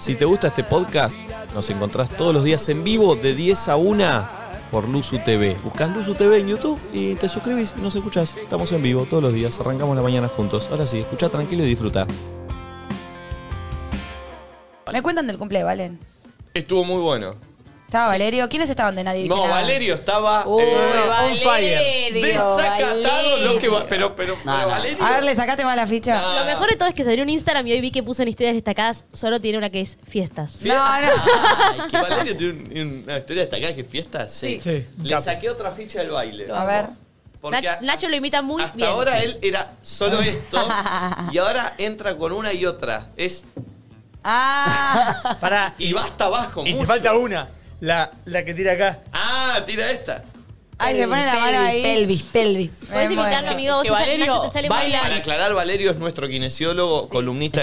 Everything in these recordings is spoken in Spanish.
Si te gusta este podcast, nos encontrás todos los días en vivo de 10 a 1 por Luzu TV. Buscás Luzu TV en YouTube y te suscribís y nos escuchás. Estamos en vivo todos los días, arrancamos la mañana juntos. Ahora sí, escucha tranquilo y disfruta. Me cuentan del cumple de Valen. Estuvo muy bueno. Estaba Valerio. ¿quiénes estaban de nadie? ah, dice No, nada? Valerio estaba Uy, eh, on Valerio, fire. desacatado lo que va. Pero, pero, No, pero no. Valerio. A ver, le sacaste mal la ficha. Lo mejor de todo es que se abrió un Instagram y hoy vi que puso en historias destacadas, solo tiene una que es fiestas. No, no. Ay, que Valerio tiene un- una historia destacada que fiesta. Sí. Sí. Le saqué otra ficha del baile. A ver. Porque Nach- a- Nacho lo imita muy hasta bien. ahora él era solo esto y ahora entra con una y otra. Es Ah. Pará. y basta abajo. Y te mucho. falta una. La, la que tira acá. Ah, tira esta. Ay, se pone la mano ahí. Pelvis, pelvis. Podés Me imitarlo, muero. amigo. Vos Que te sal- Valerio Nacho te sale muy baila Para bien. aclarar, Valerio es nuestro kinesiólogo, columnista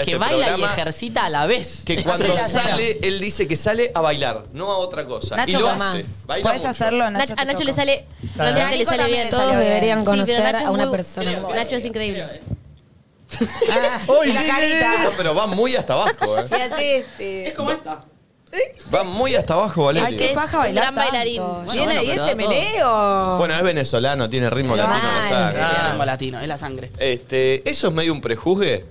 Es de que este baila programa. y ejercita a la vez. Que cuando Sí, la sale, él dice que sale a bailar, no a otra cosa. Nacho y lo Camás. hace. Baila ¿Puedes mucho. hacerlo, Nacho? Nach- Te a Nacho toco. le sale, realmente le Nico sale también bien. le salió Todos bien. deberían Sí, pero conocer Nacho es a una muy- persona. muy- Nacho es increíble. Ah, Uy, y la sí, No, carita. pero va muy hasta abajo, ¿eh? así. ¿Cómo está? Va muy hasta abajo, Valerio. Ay, qué Es paja un bailar gran tanto. bailarín. Bueno, Viene bueno, y pero ese todo- meneo. Bueno, es venezolano, tiene ritmo Lo latino, no hay. sabe. Es Ah. el ritmo latino, es la sangre. Este, ¿Eso es medio un prejuzgue?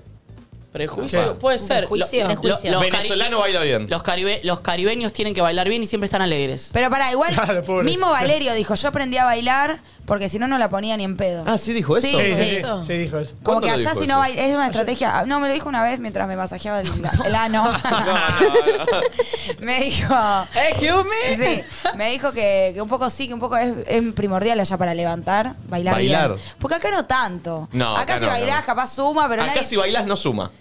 Prejuicio, Sí. puede ser. Prejuicio. Lo- lo- Prejuicio. los, cari- Venezolano baila bien. los caribe- los caribeños tienen que bailar bien y siempre están alegres. Pero pará, igual, Claro, pobre. mismo Valerio dijo, yo aprendí a bailar porque si no, no la ponía ni en pedo. Ah, ¿sí dijo eso? Sí, Sí, sí, sí. eso. Sí, dijo eso. Como ¿Cuándo que lo allá dijo si eso? no baila, es una estrategia. Ah, No, me lo dijo una vez mientras me masajeaba el, el ano. no, no. me dijo. Excuse me. Sí, me dijo que, que un poco sí, que un poco es, es primordial allá para levantar, bailar, Bailar. bien. Porque acá no tanto. No, acá, acá si no, bailás, no. capaz suma, pero Acá nadie- si bailás no suma.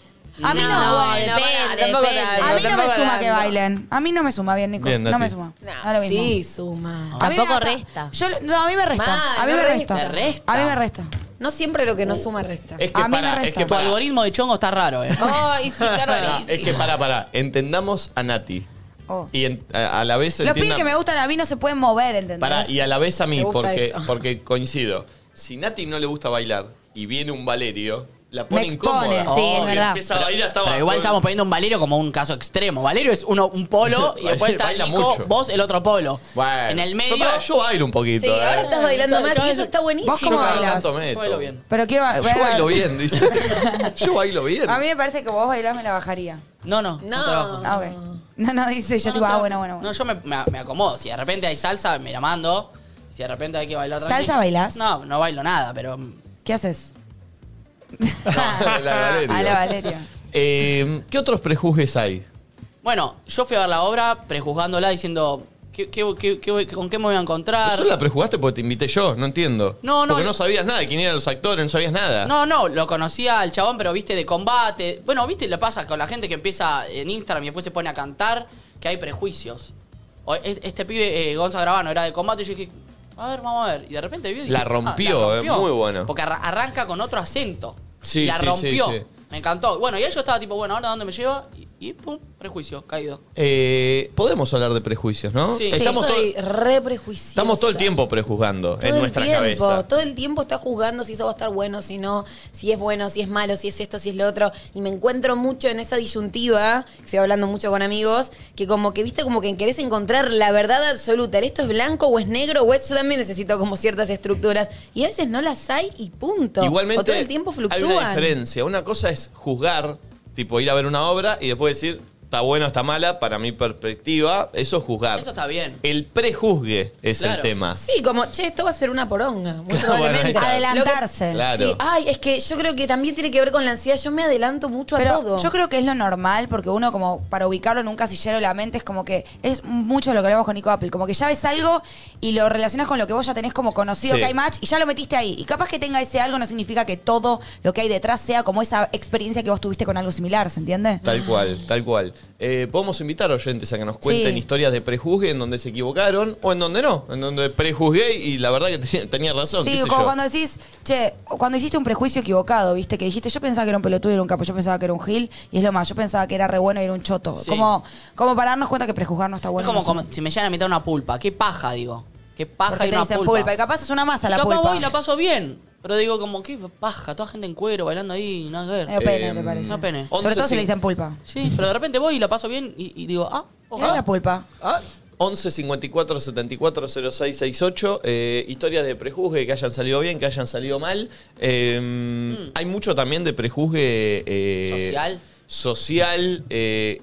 A mí no. No, bueno, depende, pará, tampoco depende. A mí no me Tampoco suma tanto. que bailen. A mí no me suma bien, Nico. Bien, no me Nati. suma. No, No, lo mismo. sí, suma. A mí me Tampoco mata- resta. Yo le- no, a mí me resta. Ma, a mí no me resta. resta. Resta. A mí me resta. No siempre lo que no suma resta. Es que A mí me para, resta. es que Tu para. algoritmo de chongo está raro, eh. Ay, sí, qué No, rarísimo. es que para, para. Entendamos a Nati. Oh. Y en- a, a la vez Los pibes entiendan... que me gustan a mí no se pueden mover, ¿entendés? Pará, y a la vez a mí, Me gusta porque, eso. porque coincido. Si Nati no le gusta bailar y viene un Valerio, la pone Me expone. incómoda. Sí, es Y verdad. Empieza a bailar hasta Pero abajo. igual estamos poniendo un Valerio como un caso extremo. Valerio es uno, un polo y después está Baila Nico, mucho. vos el otro polo. Bueno. En el medio. Pero pará, yo bailo un poquito. Sí, eh. ahora estás bailando más y Entonces- eso está buenísimo. ¿Vos cómo Yo cada bailás? tanto meto. Bailo bien. Pero quiero ba- ver- Ah, Yo bailo bien, dice. Yo bailo bien. A mí me parece que vos bailás me la bajaría. No, no. No, No. trabajo. Ah, ok. No, no, dice yo, tipo, ah, trabajo. bueno, bueno, bueno. No, yo me, me- me acomodo. Si de repente hay salsa, me la mando. Si de repente hay que bailar ¿Salsa tranqui- bailás? No, no bailo nada, pero. ¿Qué haces? No, la Valeria. A la Valeria. Eh, ¿Qué otros prejuzgues hay? Bueno, yo fui a ver la obra prejuzgándola diciendo. ¿qué, qué- qué- qué- con qué me voy a encontrar? Solo la prejuzgaste porque te invité yo, no entiendo. No, no, Porque no. no sabías nada de quién eran los actores, no sabías nada. No, no, lo conocía al chabón, pero viste de combate. Bueno, viste lo pasa con la gente que empieza en Instagram y después se pone a cantar, que hay prejuicios. O es- Este pibe, eh, Gonza Gravano, era de combate y yo dije, a ver, vamos a ver. Y de repente vi y dije, La ah, rompió, eh, muy bueno. Porque arra- arranca con otro acento. Sí, Y la sí, sí, rompió. sí. Me encantó. Bueno, y yo estaba tipo, bueno, ahora dónde me lleva. Y, y pum, prejuicio, caído. Eh, podemos hablar de prejuicios, ¿no? Sí. Estamos, Yo todo, soy re prejuiciosa. estamos todo el tiempo prejuzgando Todo en el nuestra tiempo, cabeza. Todo el tiempo está juzgando si eso va a estar bueno, si no, si es bueno, si es malo, si es esto, si es lo otro. Y me encuentro mucho en esa disyuntiva, que estoy hablando mucho con amigos, que como que, viste, como que querés encontrar la verdad absoluta. ¿El ¿Esto es blanco o es negro o es? Yo también necesito como ciertas estructuras. Y a veces no las hay y punto. Igualmente, O todo el tiempo fluctúan. hay una diferencia. Una cosa es juzgar, tipo ir a ver una obra y después decir, está bueno, está mala, para mi perspectiva. Eso es juzgar. Eso está bien. El prejuzgue es el Claro. tema. Sí, como, che, esto va a ser una poronga, muy Claro, probablemente. bueno, ahí está. Adelantarse. Lo Claro. Sí, ay, es que yo creo que también tiene que ver con la ansiedad. Yo me adelanto mucho a todo. yo creo que es lo normal porque uno como para ubicarlo en un casillero de la mente es como que es mucho lo que hablamos con Nico Apple, como que ya ves algo y lo relacionas con lo que vos ya tenés como conocido Sí. que hay match y ya lo metiste ahí. Y capaz que tenga ese algo no significa que todo lo que hay detrás sea como esa experiencia que vos tuviste con algo similar, ¿se entiende? Tal cual, tal cual. Eh, podemos invitar oyentes a que nos cuenten Sí. historias de prejuzgue en donde se equivocaron o en donde no, en donde prejuzgué y la verdad que tenía, tenía razón. qué Sí, sé como yo. cuando decís, che, cuando hiciste un prejuicio equivocado, viste, que dijiste, yo pensaba que era un pelotudo y era un capo, yo pensaba que era un gil, y es lo más, yo pensaba que era re bueno y era un choto. Sí. Como, como para darnos cuenta que prejuzgar no está Es bueno. como, No sé. como si me llegan a mitad una pulpa. Qué paja, digo. Qué paja Porque y te una dicen pulpa. pulpa. Y capaz es una masa Y la capaz pulpa. voy y la paso bien. Pero digo, como, qué paja, toda gente en cuero bailando ahí, nada que ver. Medio pene, Eh, ¿te parece? no pene. Sobre todo si 11, le dicen pulpa. Sí, pero de repente voy y la paso bien y, y digo, ah, ok. ¿Qué es la pulpa? Ah, 11 54 74 06 68. eh, historias de prejuzgue que hayan salido bien, que hayan salido mal. Eh, Hay mucho también de prejuzgue. eh, Mm. Social. Social, eh,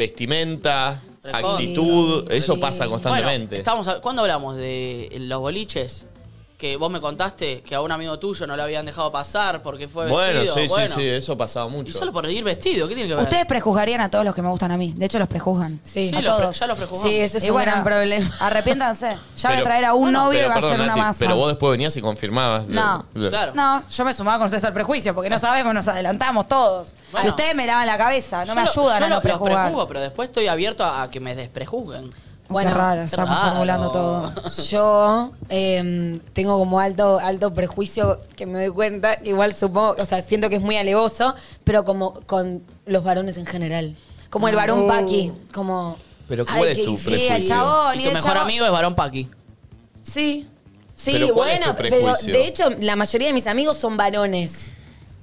vestimenta, Recontra. actitud. Sí, eso sí. pasa Bueno, constantemente. estamos a- ¿Cuándo hablamos de los boliches? Que vos me contaste que a un amigo tuyo no lo habían dejado pasar porque fue Bueno, vestido. sí, bueno, sí, sí, eso pasaba mucho. Y solo por ir vestido, ¿qué tiene que ver? Ustedes prejuzgarían a todos los que me gustan a mí. De hecho, los prejuzgan. Sí. Sí, a los pre- todos. ya los prejuzgamos. Sí, ese es Y un bueno, gran problema. Arrepiéntanse. Ya voy a Pero- traer a un Bueno, novio y pero va a perdón, ser una Nati, masa. Pero vos después venías y confirmabas. No. Lo- Claro. No, yo me sumaba con ustedes al prejuicio, porque no sabemos, nos adelantamos todos. Bueno. y ustedes me lavan la cabeza, no Yo me lo- ayudan yo a no lo- los prejugar. prejuzgo, pero después estoy abierto a, a que me desprejuzguen. Bueno, Qué raro, qué estamos raro. formulando todo. Yo eh, tengo como alto, alto prejuicio que me doy cuenta, que igual supongo, o sea, siento que es muy alevoso, pero como con los varones en general. Como el varón Paqui, como... Pero ay, ¿cuál es qué tu infiel, Sí, el prejuicio? chabón, y y tu el mejor chabón- amigo es varón Paqui. Sí. Sí, Pero ¿cuál es bueno, tu pero prejuicio? de hecho la mayoría de mis amigos son varones.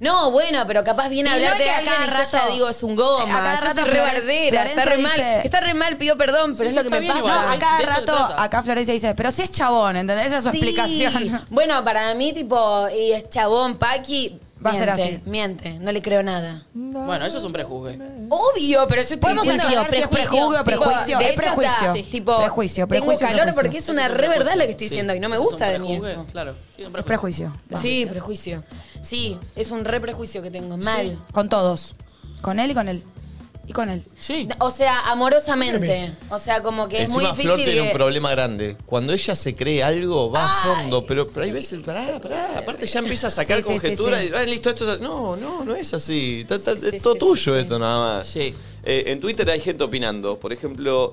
No, bueno, pero capaz viene a Y no hablarte es de que a alguien y cada yo ya rato- digo, es un a goma, cada yo rato soy Flore- rebardera, está Florencia re mal, dice- está re mal, pido perdón, pero Sí, es lo sí, está que me bien pasa. No, igual. a cada De eso se rato, trata. acá Florencia dice, pero si es chabón, ¿entendés? Esa es su Sí. explicación. Bueno, para mí, tipo, y es chabón, Paqui. Va a ser miente, así. Miente, no le creo nada. Bueno, eso es un prejuzgue. Obvio, pero yo estoy Podemos diciendo... decir hablar si es prejuicio, prejuicio, prejuicio, tipo, de es hecho, prejuicio. hasta, Sí. Tipo, Prejuicio, prejuicio, tengo calor prejuicio. porque es Eso una un re verdad prejuicio. lo que estoy Sí. diciendo y no me Eso es un gusta de mí prejuzgue, eso. Claro. Sí, un Es prejuicio. prejuicio. va. Sí, prejuicio. Sí, es un re prejuicio que tengo, mal. Con todos. Con él y con él. Y con él. Sí. O sea, amorosamente. O sea, como que es muy Encima difícil... Flor tiene un que- problema grande. Cuando ella se cree algo, va a fondo. Pero, pero hay veces, pará, pará. Aparte ya empieza a sacar Sí, sí, sí, conjeturas. sí. y, "Ah, listo, esto es así". No, no, no es así. Ta- ta- Sí, sí, es todo sí, tuyo sí, sí. esto nada más. Sí. Eh, en Twitter hay gente opinando. Por ejemplo,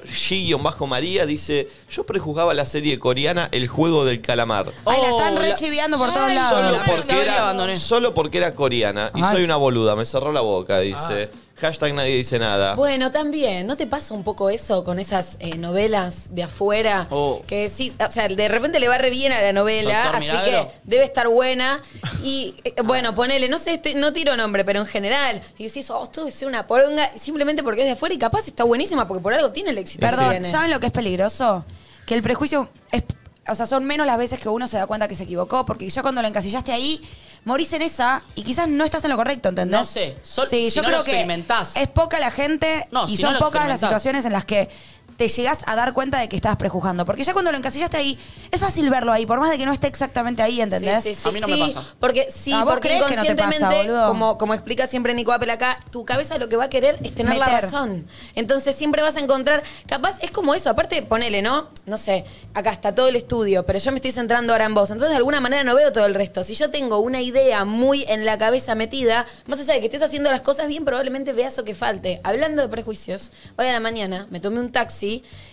G-María dice, yo prejuzgaba la serie coreana El Juego del Calamar. Ay, la Oh, están re la- chiviando por todos Solo lados. la porque, verdad, la era, abandoné. solo porque era coreana. Y Ay. soy una boluda, me cerró la boca, dice. Hashtag nadie dice nada. Bueno, también, ¿no te pasa un poco eso con esas eh, novelas de afuera? Oh. Que sí, o sea, de repente le va re bien a la novela, Doctor así Milagro. Ah. que debe estar buena. Y eh, bueno, ponele, no sé, estoy- no tiro nombre, pero en general, y decís, oh, esto debe ser una poronga, simplemente porque es de afuera y capaz está buenísima, porque por algo tiene el éxito. que Perdón, tiene. ¿saben lo que es peligroso? Que el prejuicio es. O sea, son menos las veces que uno se da cuenta que se equivocó, porque ya cuando lo encasillaste ahí, morís en esa y quizás no estás en lo correcto, ¿entendés? No sé, sol- si no lo experimentás. es poca la gente No, y si no son lo pocas las experimentás. situaciones en las que te llegás a dar cuenta de que estabas prejuzgando. Porque ya cuando lo encasillaste ahí, es fácil verlo ahí, por más de que no esté exactamente ahí, ¿entendés? Sí, sí, sí, A mí no me sí, pasa. Porque sí, Ah, ¿vos porque crees que no te pasa, inconscientemente, boludo? como, como explica siempre Nico Apple acá, tu cabeza lo que va a querer es tener la Meter. razón. Entonces siempre vas a encontrar, capaz, es como eso, aparte ponele, ¿no? No sé, acá está todo el estudio, pero yo me estoy centrando ahora en vos. Entonces de alguna manera no veo todo el resto. Si yo tengo una idea muy en la cabeza metida, más allá de que estés haciendo las cosas bien, probablemente veas o que falte. Hablando de prejuicios, hoy a la mañana me tomé un taxi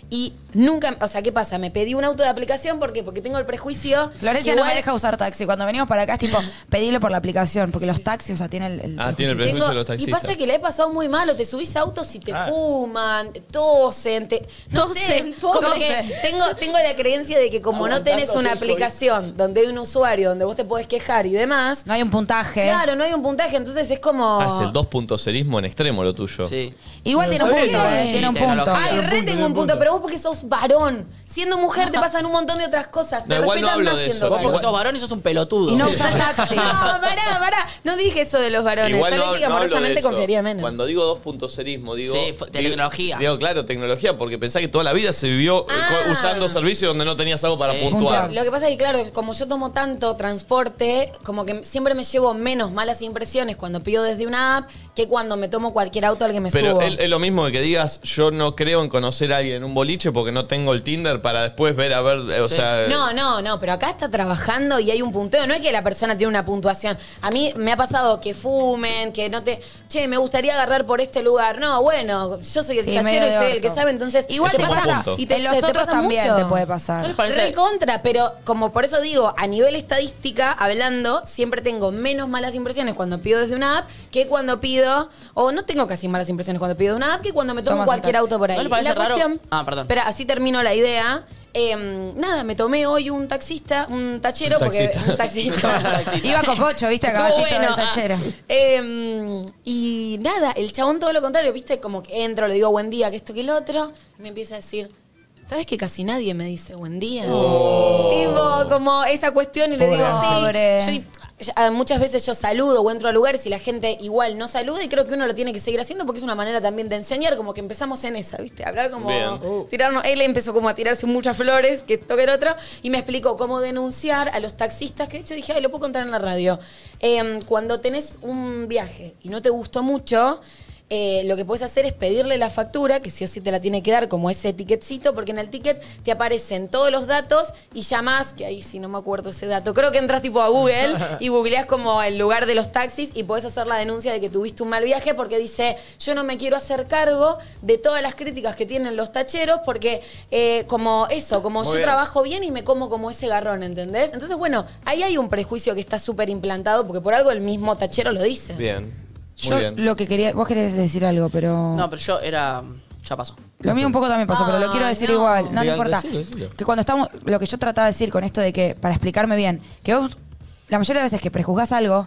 y nunca, o sea, ¿qué pasa? Me pedí un auto de aplicación porque porque tengo el prejuicio Florencia que no me igual- deja usar taxi. Cuando venimos para acá es tipo, pedilo por la aplicación, porque los taxis, o sea, tiene el. el Ah, prejuicio. tiene el prejuicio Tengo- de los y taxistas. pasa que la he pasado muy malo. Te subís a autos y te Ah. fuman, tosen, te, no Tosen, sé. Como pobre. que tengo, tengo la creencia de que como no Aguantando tenés una el COVID. aplicación donde hay un usuario, donde vos te podés quejar y demás, No eh. hay un puntaje. claro, no hay un puntaje, entonces es como... Ah, es el 2.0ismo en extremo lo tuyo. Sí. Igual tiene un Está punto, bien. eh, tiene un punto. Tecnología. Ay, Tiene un re punto, tengo tiene un un punto, punto. pero vos porque sos varón. Siendo mujer te pasan un montón de otras cosas. Te No, igual no respetan hablo más de siendo eso. Vos porque varón. sos varón y sos un pelotudo. Y no Sí. usás taxi. No, pará, pará. No dije eso de los varones. Igual Solo no, dije que no hablo de amorosamente eso. confiaría menos. Cuando digo 2.0ismo, digo. Sí, fu- digo- tecnología. Digo, claro, tecnología, porque pensá que toda la vida se vivió eh, Ah. co- usando servicios donde no tenías algo para Sí. puntuar. Puntuar. Lo que pasa es que, claro, como yo tomo tanto transporte, como que siempre me llevo menos malas impresiones cuando pido desde una app que cuando me tomo cualquier auto al que me Pero subo. es, es lo mismo que digas, yo no creo en conocer a alguien en un boliche porque no tengo el Tinder para después ver, a ver, eh, o Sí. sea... No, no, no, pero acá está trabajando y hay un punteo. No es que la persona tiene una puntuación. A mí me ha pasado que fumen, que no te. Che, me gustaría agarrar por este lugar. No, bueno, yo soy el Sí, medio tachero y de soy el orto. que sabe, entonces. Igual te te pasa- pasa. punto. Y te, En los te otros pasa también mucho. te puede ¿No les pasar. parece? Re contra, pero como por eso digo, a nivel estadística, hablando, siempre tengo menos malas impresiones cuando pido desde una app que cuando pido, o no tengo casi malas impresiones cuando pido de una app que cuando me tomo Tomas un cualquier taxi. auto por ahí. ¿No les parece La raro cuestión. Ah, perdón. Pero así termino la idea. Em, nada, me tomé hoy un taxista, un tachero, Un porque. taxista. Me Un tomé un taxista. taxista. Iba cococho, viste, a caballito Estuvo bueno, del tachero. ah. Em, y nada, el chabón todo lo contrario, viste, como que entro, le digo buen día, que esto, que el otro, y me empieza a decir, ¿sabes que casi nadie me dice buen día? Tipo, como esa cuestión y le digo, sí, Pobre. yo- ya- muchas veces yo saludo o entro a lugares y la gente igual no saluda y creo que uno lo tiene que seguir haciendo porque es una manera también de enseñar, como que empezamos en esa, ¿viste? Hablar como Bien. tirarnos, él empezó como a tirarse muchas flores, que toque el otro, y me explicó cómo denunciar a los taxistas, que de hecho dije, ay, lo puedo contar en la radio. Eh, cuando tenés un viaje y no te gustó mucho, eh, lo que puedes hacer es pedirle la factura, que sí o sí te la tiene que dar como ese ticketcito, porque en el ticket te aparecen todos los datos y llamás, que ahí sí no me acuerdo ese dato, creo que entras tipo a Google y googleás como el lugar de los taxis y podés hacer la denuncia de que tuviste un mal viaje porque dice, yo no me quiero hacer cargo de todas las críticas que tienen los tacheros porque eh, como eso, como Muy yo bien. trabajo bien y me como como ese garrón, ¿entendés? Entonces, bueno, ahí hay un prejuicio que está súper implantado porque por algo el mismo tachero lo dice. Bien. Muy Yo bien. lo que quería. Vos querés decir algo, pero. No, pero yo era. Ya pasó. Lo mío un poco también pasó, pero lo quiero Ay, decir no. igual. No, no Digan, importa. decilo, decilo. Que cuando estamos. Lo que yo trataba de decir con esto de que, para explicarme bien, que vos, la mayoría de veces que prejuzgás algo,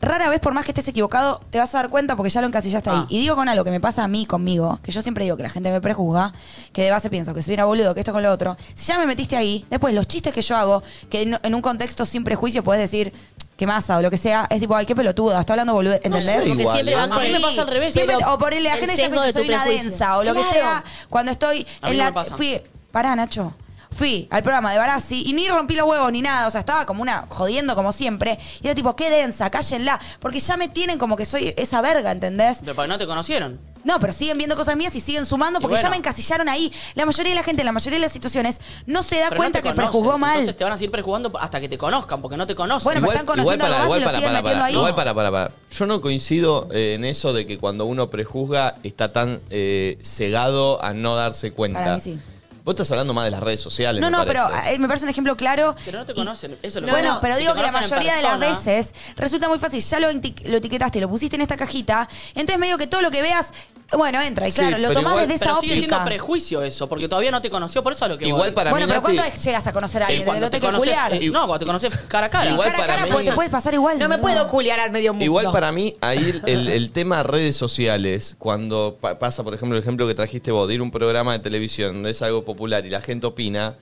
rara vez por más que estés equivocado, te vas a dar cuenta porque ya lo encasillaste Ah. ahí. Y digo con algo que me pasa a mí conmigo, que yo siempre digo que la gente me prejuzga, que de base pienso que soy una boludo, que esto con lo otro. Si ya me metiste ahí, después los chistes que yo hago, que en, en un contexto sin prejuicio podés decir. Que masa o lo que sea, es tipo, ay, qué pelotuda, está hablando boludo, ¿entendés? soy Porque igual, siempre ¿no? van A por mí me ahí. pasa al revés. Siempre- Pero o por la el gente ya sesgo piensa que de tu soy una prejuicio. densa o lo que Claro. sea. Cuando estoy A mí en no la. me pasa. Fui. Pará, Nacho. Fui al programa de Barassi y ni rompí los huevos ni nada. O sea, estaba como una. jodiendo como siempre. Y era tipo, qué densa, cállenla. Porque ya me tienen como que soy esa verga, ¿entendés? Pero para que no te conocieron. No, pero siguen viendo cosas mías y siguen sumando porque Y bueno. ya me encasillaron ahí. La mayoría de la gente, en la mayoría de las situaciones, no se da Pero no cuenta te que conocen, prejuzgó mal. Entonces te van a seguir prejugando hasta que te conozcan, porque no te conocen. Bueno, pero están conociendo a los vas y los siguen metiendo ahí. igual para, para, para. Yo no coincido eh, en eso de que cuando uno prejuzga está tan eh, cegado a no darse cuenta. Para mí sí. Vos estás hablando más de las redes sociales. No, me no, pero parece. eh, me parece un ejemplo claro. Pero no te Y- conocen, eso es lo que Bueno, pasa. pero Si digo te que la conocen en mayoría de las persona- veces resulta muy fácil. Ya lo, enti- lo etiquetaste, lo pusiste en esta cajita. Entonces, medio que todo lo que veas, bueno, entra. Y Sí, claro, lo pero tomás igual- desde Pero esa sigue óptica. siendo prejuicio eso, porque todavía no te conoció, por eso a lo que voy. Igual para bueno, mí, pero Nati, ¿cuánto es- llegas a conocer a alguien? Cuando Desde lo te te conoces- peculiar. eh, No, cuando te conoces cara a cara. Igual cara a para cara mí- pues, te puede pasar igual. No me puedo culiar al medio mundo. Igual para mí, ahí el, el- el tema redes sociales, cuando pa- pasa, por ejemplo, el ejemplo que trajiste vos, de ir a un programa de televisión donde es algo popular y la gente opina,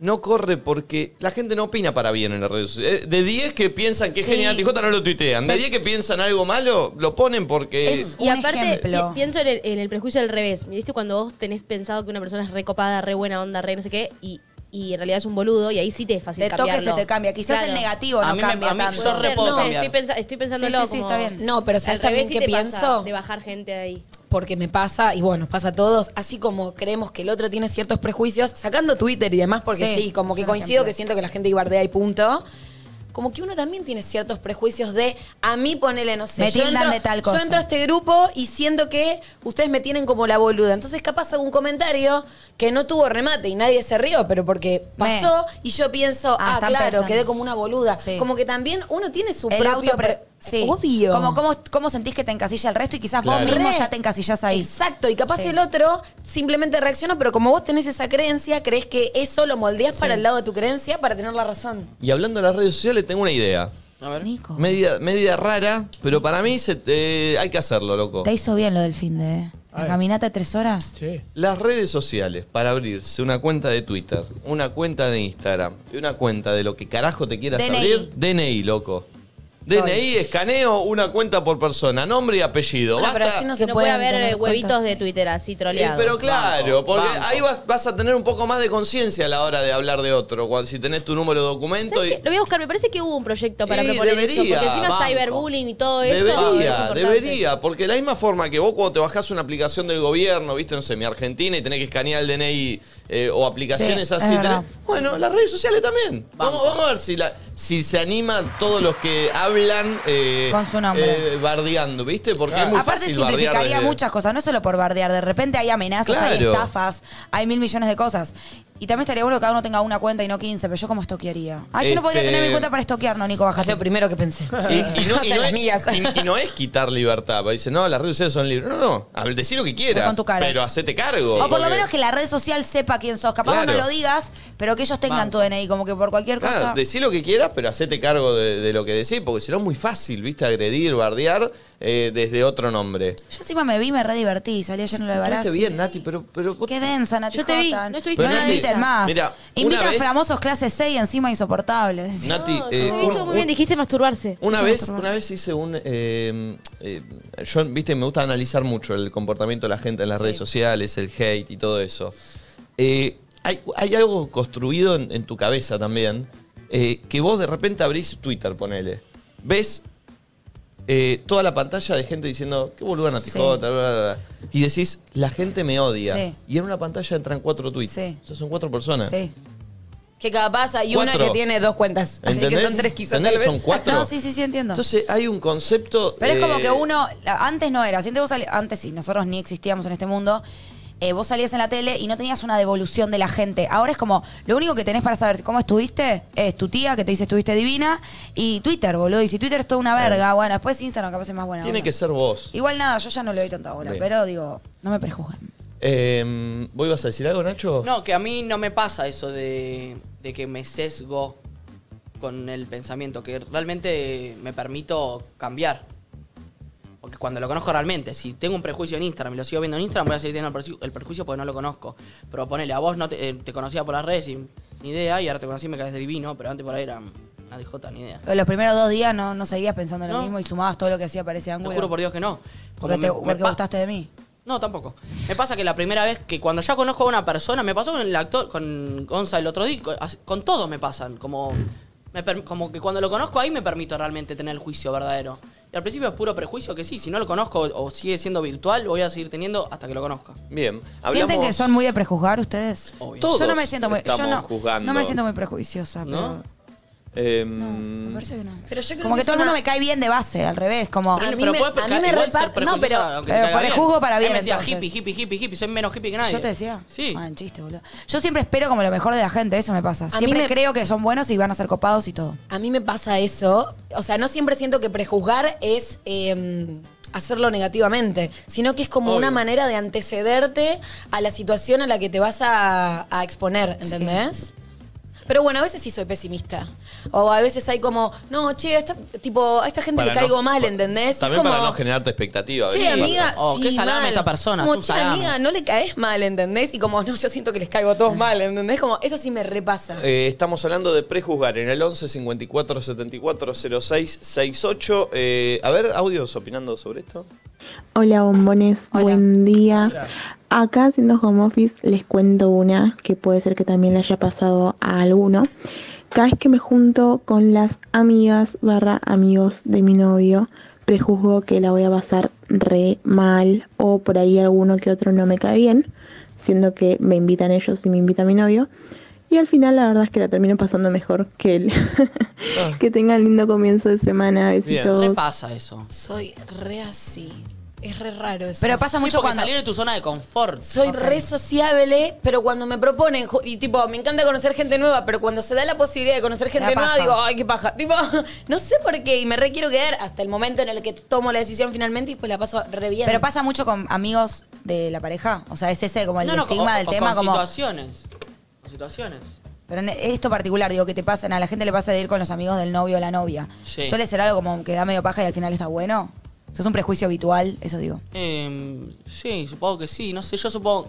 no corre porque la gente no opina para bien en las redes sociales. Eh, De 10 que piensan que es Sí. genial Tijota, no lo tuitean. De 10 que piensan algo malo, lo ponen porque... Es- Y Un aparte, ejemplo. pi- pienso en el, en el prejuicio al revés. ¿Viste cuando vos tenés pensado que una persona es re copada, re buena onda, re no sé qué, y, y en realidad es un boludo, y ahí sí te es fácil De toque se cambiarlo. te cambia. Quizás Claro. el negativo A no mí me- cambia a mí tanto. yo Puede re ser, puedo no sé, cambiar. Estoy, pensa- estoy pensándolo Sí, sí, sí, como- está bien. No, pero ¿sabes al revés también sí qué te pasa pienso? De bajar gente de ahí. porque me pasa, y bueno, nos pasa a todos, así como creemos que el otro tiene ciertos prejuicios, sacando Twitter y demás, porque Sí, sí, como es que un coincido ejemplo. que siento que la gente bardea y punto. Como que uno también tiene ciertos prejuicios de a mí ponele, no sé, Me tildan entro, de tal cosa. yo entro a este grupo y siento que ustedes me tienen como la boluda. Entonces capaz hago un comentario que no tuvo remate y nadie se rió, pero porque Me. pasó y yo pienso, ah, Ah, están claro, pensando. quedé como una boluda. Sí. Como que también uno tiene su El propio auto, pre- sí. obvio. Como, cómo, cómo sentís que te encasilla el resto y quizás Claro. vos mismo Re. ya te encasillas ahí. Exacto, y capaz Sí. el otro simplemente reacciona, pero como vos tenés esa creencia, crees que eso lo moldeás para el lado de tu creencia para tener la razón. Y hablando de las redes sociales, tengo una idea. A ver. Nico, Media, media rara, pero para mí se- eh, hay que hacerlo, loco. te hizo bien lo del fin de. ¿eh? La Ay. caminata de tres horas. Sí. Las redes sociales para abrirse una cuenta de Twitter, una cuenta de Instagram y una cuenta de lo que carajo te quieras DNI. abrir, DNI, loco. DNI, escaneo, una cuenta por persona, nombre y apellido. Bueno, pero Basta- así no se No puede pueden haber tener eh, huevitos cuentas. de Twitter así Eh, troleados. pero claro, Banco, porque banco. ahí vas, vas a tener un poco más de conciencia a la hora de hablar de otro, cuando- si tenés tu número de documento. ¿Sabes Y, qué? Lo voy a buscar, me parece que hubo un proyecto para Y proponer eso, debería, porque encima banco. cyberbullying y todo eso. es Debería, importante. debería, porque de la misma forma que vos cuando te bajás una aplicación del gobierno, viste, no sé, mi Argentina, y tenés que escanear el DNI eh, o aplicaciones Sí, es así. tenés- verdad. bueno, las redes sociales también. Vamos, Banco. vamos a ver si, la- si se animan todos los que hablan eh, Con su nombre. eh, bardeando, viste, porque es muy Aparte fácil bardear simplificaría desde- muchas cosas, no solo por bardear, de repente hay amenazas, hay Claro. estafas, hay mil millones de cosas. Y también estaría bueno que cada uno tenga una cuenta y no 15, pero yo como estoquearía. Ah, yo no podría Este- tener mi cuenta para estoquear, no, Nico, Es bajate. lo primero que pensé. Y, y no, y no Las es, mías. y- y no es quitar libertad. porque Dicen, no, las redes sociales son libres. No, no, hab- decí lo que quieras. Con tu cara. Pero hacete cargo. O por lo porque- menos que la red social sepa quién sos. Capaz vos no Claro. lo digas, pero que ellos tengan tu DNI, como que por cualquier cosa. Claro, decí lo que quieras, pero hacete cargo de, de lo que decís, porque si no es muy fácil, ¿viste? Agredir, bardear eh, desde otro nombre. Yo encima me vi, me re divertí, salí ayer en lo de Estuviste Barassi. bien, Nati, pero... pero vos- Qué densa, Nati Yo te vi, Jota. no estuviste No la Nati, inviten más. mira, una Invitan vez- famosos clase 6 encima insoportables. Nati, No, eh, yo un- estuvo muy bien, un- dijiste masturbarse. Una Yo vez, masturbarse. una vez hice un. eh, eh, yo, viste, me gusta analizar mucho el comportamiento de la gente en las redes sociales, el hate y todo eso. Eh, hay, hay algo construido en, en tu cabeza también, eh, que vos de repente abrís Twitter, ponele. Ves eh, toda la pantalla de gente diciendo, qué boluda natijota, bla, bla, bla". Y decís, la gente me odia. Sí. Y en una pantalla entran cuatro tweets. Sí. Esos son cuatro personas. Sí. Que capaz hay una Cuatro. que tiene dos cuentas. Así que ¿Entendés? son tres quizás. ¿Entendés Tal vez. que son cuatro? Ah, No, sí, sí, sí, entiendo. Entonces hay un concepto. Pero es como eh, que uno, la- antes no era, si antes, vos sali- antes sí, nosotros ni existíamos en este mundo, eh, vos salías en la tele y no tenías una devolución de la gente. Ahora es como, lo único que tenés para saber cómo estuviste es tu tía que te dice estuviste divina y Twitter, boludo. Y si Twitter es toda una verga, bueno, después Instagram capaz es más buena. Tiene onda. que ser vos. Igual nada, yo ya no le doy tanta bola, Bien. pero digo, no me prejuzguen. Eh, ¿Vos ibas a decir algo, Nacho? No, que a mí no me pasa eso de, de que me sesgo con el pensamiento, que realmente me permito cambiar. Porque cuando lo conozco realmente, si tengo un prejuicio en Instagram y lo sigo viendo en Instagram, voy a seguir teniendo el perju- el perjuicio porque no lo conozco. Pero ponele, a vos no te, eh, te conocía por las redes y ni idea, y ahora te conocí y me caes de divino, pero antes por ahí era una DJ, ni idea. Pero los primeros dos días no, no seguías pensando lo No. mismo y sumabas todo lo que hacía para ese Te ángulo. juro por Dios que no. Como porque te- me- me porque pa- gustaste de mí. No, tampoco. Me pasa que la primera vez que cuando ya conozco a una persona, me pasó con el actor, con Gonza el otro día, con, as- con todos me pasan. Como, me per- como que cuando lo conozco ahí me permito realmente tener el juicio verdadero. Y al principio es puro prejuicio que sí, si no lo conozco o sigue siendo virtual, lo voy a seguir teniendo hasta que lo conozca. Bien. ¿Sienten hablamos- que son muy de prejuzgar ustedes? Obvio. Todos yo no me siento muy, yo estamos no, juzgando. no me siento muy prejuiciosa, pero ¿No? Eh, no, me parece que no. Pero yo creo como que, que todo el es una- mundo me cae bien de base, al revés, como A mí pero me- puedes a mí me igual ser repar- no, prejuiciosa, pero- aunque te eh, caiga para el juzgo para Ahí bien, me decía entonces. hippie, hippie, hippie, hippie, soy menos hippie que nadie. yo te decía. Sí. Ah, en chiste, boludo. Yo siempre espero como lo mejor de la gente, eso me pasa. mí Siempre me- creo que son buenos y van a ser copados y todo. A mí me pasa eso. O sea, no siempre siento que prejuzgar es eh, hacerlo negativamente, sino que es como Obvio. una manera de antecederte a la situación a la que te vas a, a exponer, ¿entendés? Pero bueno, a veces sí soy pesimista. O a veces hay como, no, che, a esta, tipo, a esta gente para le caigo no- mal, ¿entendés? Y También es como, para no generarte expectativa. Che, ¿viste? amiga, Oh, sí, qué salame mal. esta persona, Como, es un "Che, salame". amiga, no le caes mal, ¿entendés? Y como, no, yo siento que les caigo a Ah. todos mal, ¿entendés? Como, eso sí me repasa. Eh, estamos hablando de prejuzgar en el 11 54 74 06 68. Eh, a ver, audios opinando sobre esto. Hola bombones, Hola. buen día. Hola. Acá haciendo home office les cuento una que puede ser que también le haya pasado a alguno. Cada vez que me junto con las amigas barra amigos de mi novio, prejuzgo que la voy a pasar re mal o por ahí alguno que otro no me cae bien, siendo que me invitan ellos y me invita mi novio. Y al final la verdad es que la termino pasando mejor que él. Ah. que tengan lindo comienzo de semana, Me besitos. pasa eso. Soy re así. Es re raro eso. Pero pasa Mucho mucho porque cuando salir de tu zona de confort. soy Ok. re sociable, pero cuando me proponen, ju- y tipo, me encanta conocer gente nueva, pero cuando se da la posibilidad de conocer gente nueva, paja. digo, ay, qué paja. Tipo, no sé por qué, y me re quiero quedar hasta el momento en el que tomo la decisión finalmente y después la paso re bien. Pero pasa mucho con amigos de la pareja, o sea, es ese como el no, no, estigma con- del con- tema con como situaciones. Con situaciones. Pero en esto particular, digo, que te pasan, a la gente le pasa de ir con los amigos del novio o la novia. Sí. Suele ser algo como que da medio paja y al final está bueno. Eso es un prejuicio habitual, eso digo. Em, sí, supongo que sí. No sé, yo supongo.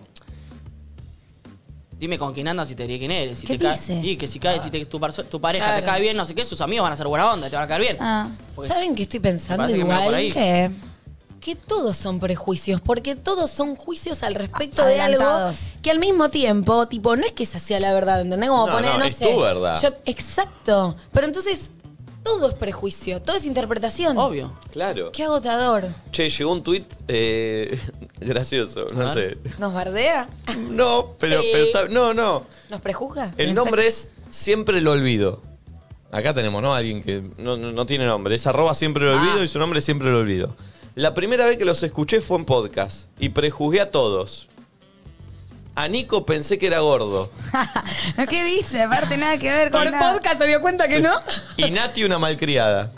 Dime con quién andas y te diré quién eres. Si ¿Qué te cae- dice? Y que si cae, si te- tu, perso- tu pareja te Claro. cae bien, no sé qué, sus amigos van a ser buena onda, te van a caer bien. Ah. Porque ¿Saben qué estoy pensando parece que me va por ahí. igual? ¿Qué? que todos son prejuicios, porque todos son juicios al respecto A- de algo adelantados. que al mismo tiempo, tipo, no es que se sea la verdad, ¿entendés? Como No, poner, no, no, es sé. tu verdad. Yo- exacto. Pero entonces, todo es prejuicio, todo es interpretación. Obvio. Claro. Qué agotador. Che, llegó un tuit eh, gracioso, no A sé. ver. ¿Nos bardea? No, pero, Sí. pero está- no, no. ¿Nos prejuzga? El nombre es Siempre lo olvido. Acá tenemos, ¿no? Alguien que no, no- no tiene nombre. Es arroba siempre Ah. lo olvido y su nombre es siempre lo olvido. La primera vez que los escuché fue en podcast y prejuzgué a todos. A Nico pensé que era gordo. ¿Qué dice? Aparte nada que ver con Por nada. podcast se dio cuenta que no. Y Nati una malcriada.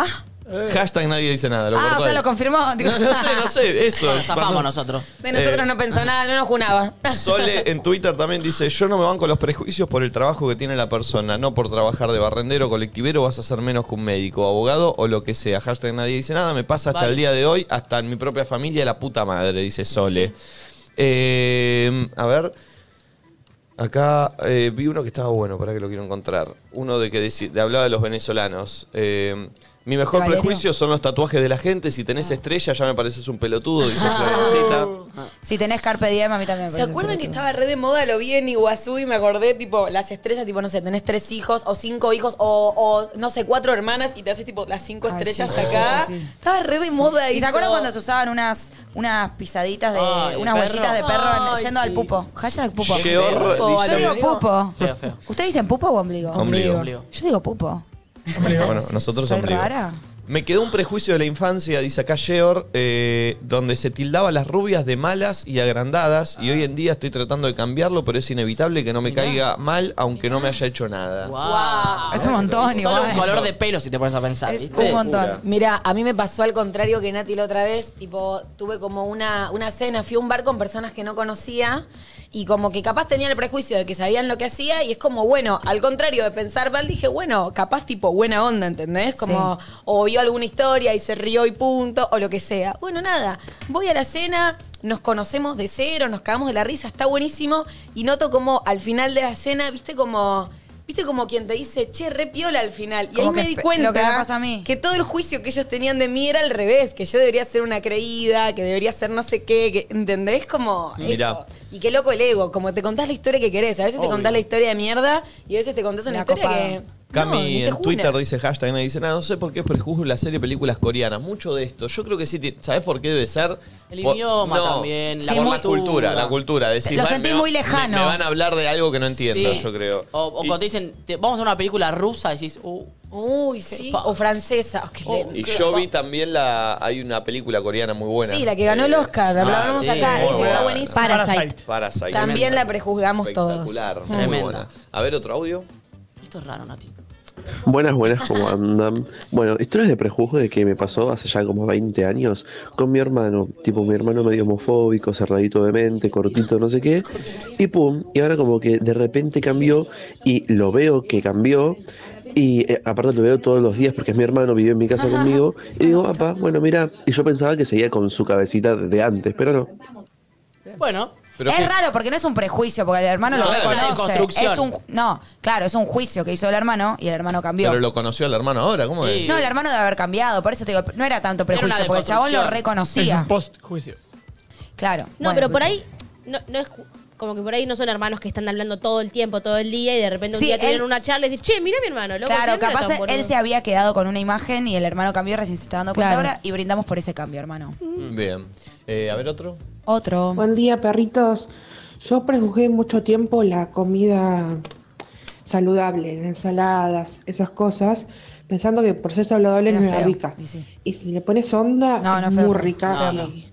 Hashtag nadie dice nada. Lo Ah, cortó o sea, él. lo confirmó. Digo, No, no sé, no sé. Eso. Nos zafamos Cuando- nosotros. De nosotros Eh. no pensó nada, no nos junaba. Sole en Twitter también dice, yo no me banco los prejuicios por el trabajo que tiene la persona, no por trabajar de barrendero, colectivero, vas a ser menos que un médico, abogado o lo que sea. Hashtag nadie dice nada, me pasa hasta Vale. el día de hoy, hasta en mi propia familia, la puta madre, dice Sole. Eh, a ver, acá eh, vi uno que estaba bueno, para que lo quiero encontrar. Uno de que deci- de- hablaba de los venezolanos. Eh, mi mejor Valerio? prejuicio son los tatuajes de la gente. Si tenés estrella, ya me pareces un pelotudo, dice Florencita. Si tenés Carpe Diem, a mí también me ¿Se parece acuerdan que pelotudo. estaba re de moda? Lo vi en Iguazú y me acordé, tipo, las estrellas, tipo, no sé, tenés tres hijos o cinco hijos o, o, no sé, cuatro hermanas y te haces, tipo, las cinco Ay, estrellas sí, sí, acá. sí, sí, sí. Estaba re de moda ¿Y se eso. acuerdan cuando se usaban unas, unas pisaditas de. Ay, unas perro. huellitas de perro en- Ay, yendo sí. al pupo? Hashtag pupo. Sheor Feo, dice- Yo digo pupo. Feo, feo. ¿Ustedes dicen pupo o ombligo? Ombligo. Ombligo. Yo digo pupo. Bueno, nosotros ¿Soy ombligo. rara? Me quedó un prejuicio de la infancia, dice acá Sheor, eh, donde se tildaba las rubias de malas y agrandadas, y hoy en día estoy tratando de cambiarlo, pero es inevitable que no me caiga mal, aunque no me haya hecho nada. Wow. es un montón Solo un igual. color de pelo si te pones a pensar. Es ¿viste? un montón. Mira, a mí me pasó al contrario que Nati la otra vez, tipo, tuve como una, una cena, fui a un bar con personas que no conocía y como que capaz tenía el prejuicio de que sabían lo que hacía y es como, bueno, al contrario de pensar mal, dije, bueno, capaz tipo buena onda, ¿entendés? Como, o vio alguna historia y se rió y punto, o lo que sea. Bueno, nada, voy a la cena, nos conocemos de cero, nos cagamos de la risa, está buenísimo y noto como al final de la cena, viste como... Viste como quien te dice, che, re piola al final. Y Como ahí me que di espe- cuenta lo que me pasa a mí. que todo el juicio que ellos tenían de mí era al revés, que yo debería ser una creída, que debería ser no sé qué, que, ¿entendés? Como Mirá. eso. Y qué loco el ego, como te contás la historia que querés, a veces te contás la historia de mierda y a veces te contás una La historia copada. que... no, ni Cami te en juna. Twitter dice hashtag nadie dice nada, no sé por qué prejuzgo la serie de películas coreanas, mucho de esto. Yo creo que sí, tiene- ¿sabés por qué debe ser? El Por- idioma también, la por la cultura. cultura, la cultura. Decir, Lo "Van, sentí me va- muy lejano". Me, me van a hablar de algo que no entiendo, Sí. yo creo. O, o Y- cuando te dicen, te- vamos a una película rusa, decís, uh, Uy, sí. pa- O francesa. Oh, qué Oh, lindo. Y Creo- yo vi también la. Hay una película coreana muy buena. Sí, la que ganó el Oscar, la ah, hablamos sí, acá, muy esa está buena. buenísima. Parasite. Parasite. También la prejuzgamos todos. Espectacular, muy Tremenda. buena. A ver, otro audio. esto es raro, Nati. Buenas, buenas, ¿cómo andan? Bueno, historias de prejuzgo de que me pasó hace ya como 20 años con mi hermano. Tipo, mi hermano medio homofóbico, cerradito de mente, cortito, no sé qué. Y pum, y ahora como que de repente cambió y lo veo que cambió. Y eh, aparte lo veo todos los días porque es mi hermano, vive en mi casa conmigo. Y digo, papá, bueno, mira. Y yo pensaba que seguía con su cabecita de antes, pero no. Bueno, Pero es que- raro porque no es un prejuicio, porque el hermano lo Claro. reconoce. Es una deconstrucción. Es un, ju- no, claro, es un juicio que hizo el hermano y el hermano cambió. Pero lo conoció el hermano ahora, ¿cómo Sí. es? No, el hermano debe haber cambiado, por eso te digo, no era tanto Era una prejuicio, porque el chabón lo deconstrucción. Es reconocía. un post-juicio. Claro. No, bueno, pero por ahí no, no es ju- como que por ahí no son hermanos que están hablando todo el tiempo, todo el día y de repente un Sí, día tienen él- una charla y dicen, "Che, mira a mi hermano, loco, Claro, ¿por qué no era capaz tan boludo?" él se había quedado con una imagen y el hermano cambió, recién se está dando cuenta Claro. ahora y brindamos por ese cambio, hermano. Bien. Eh, a ver, otro. Otro. Buen día, perritos. Yo prejuzgué mucho tiempo la comida saludable, ensaladas, esas cosas, pensando que por ser saludable Era no era feo, rica. y sí. Y si le pones onda, No, no, es feo, muy feo. rica. No, y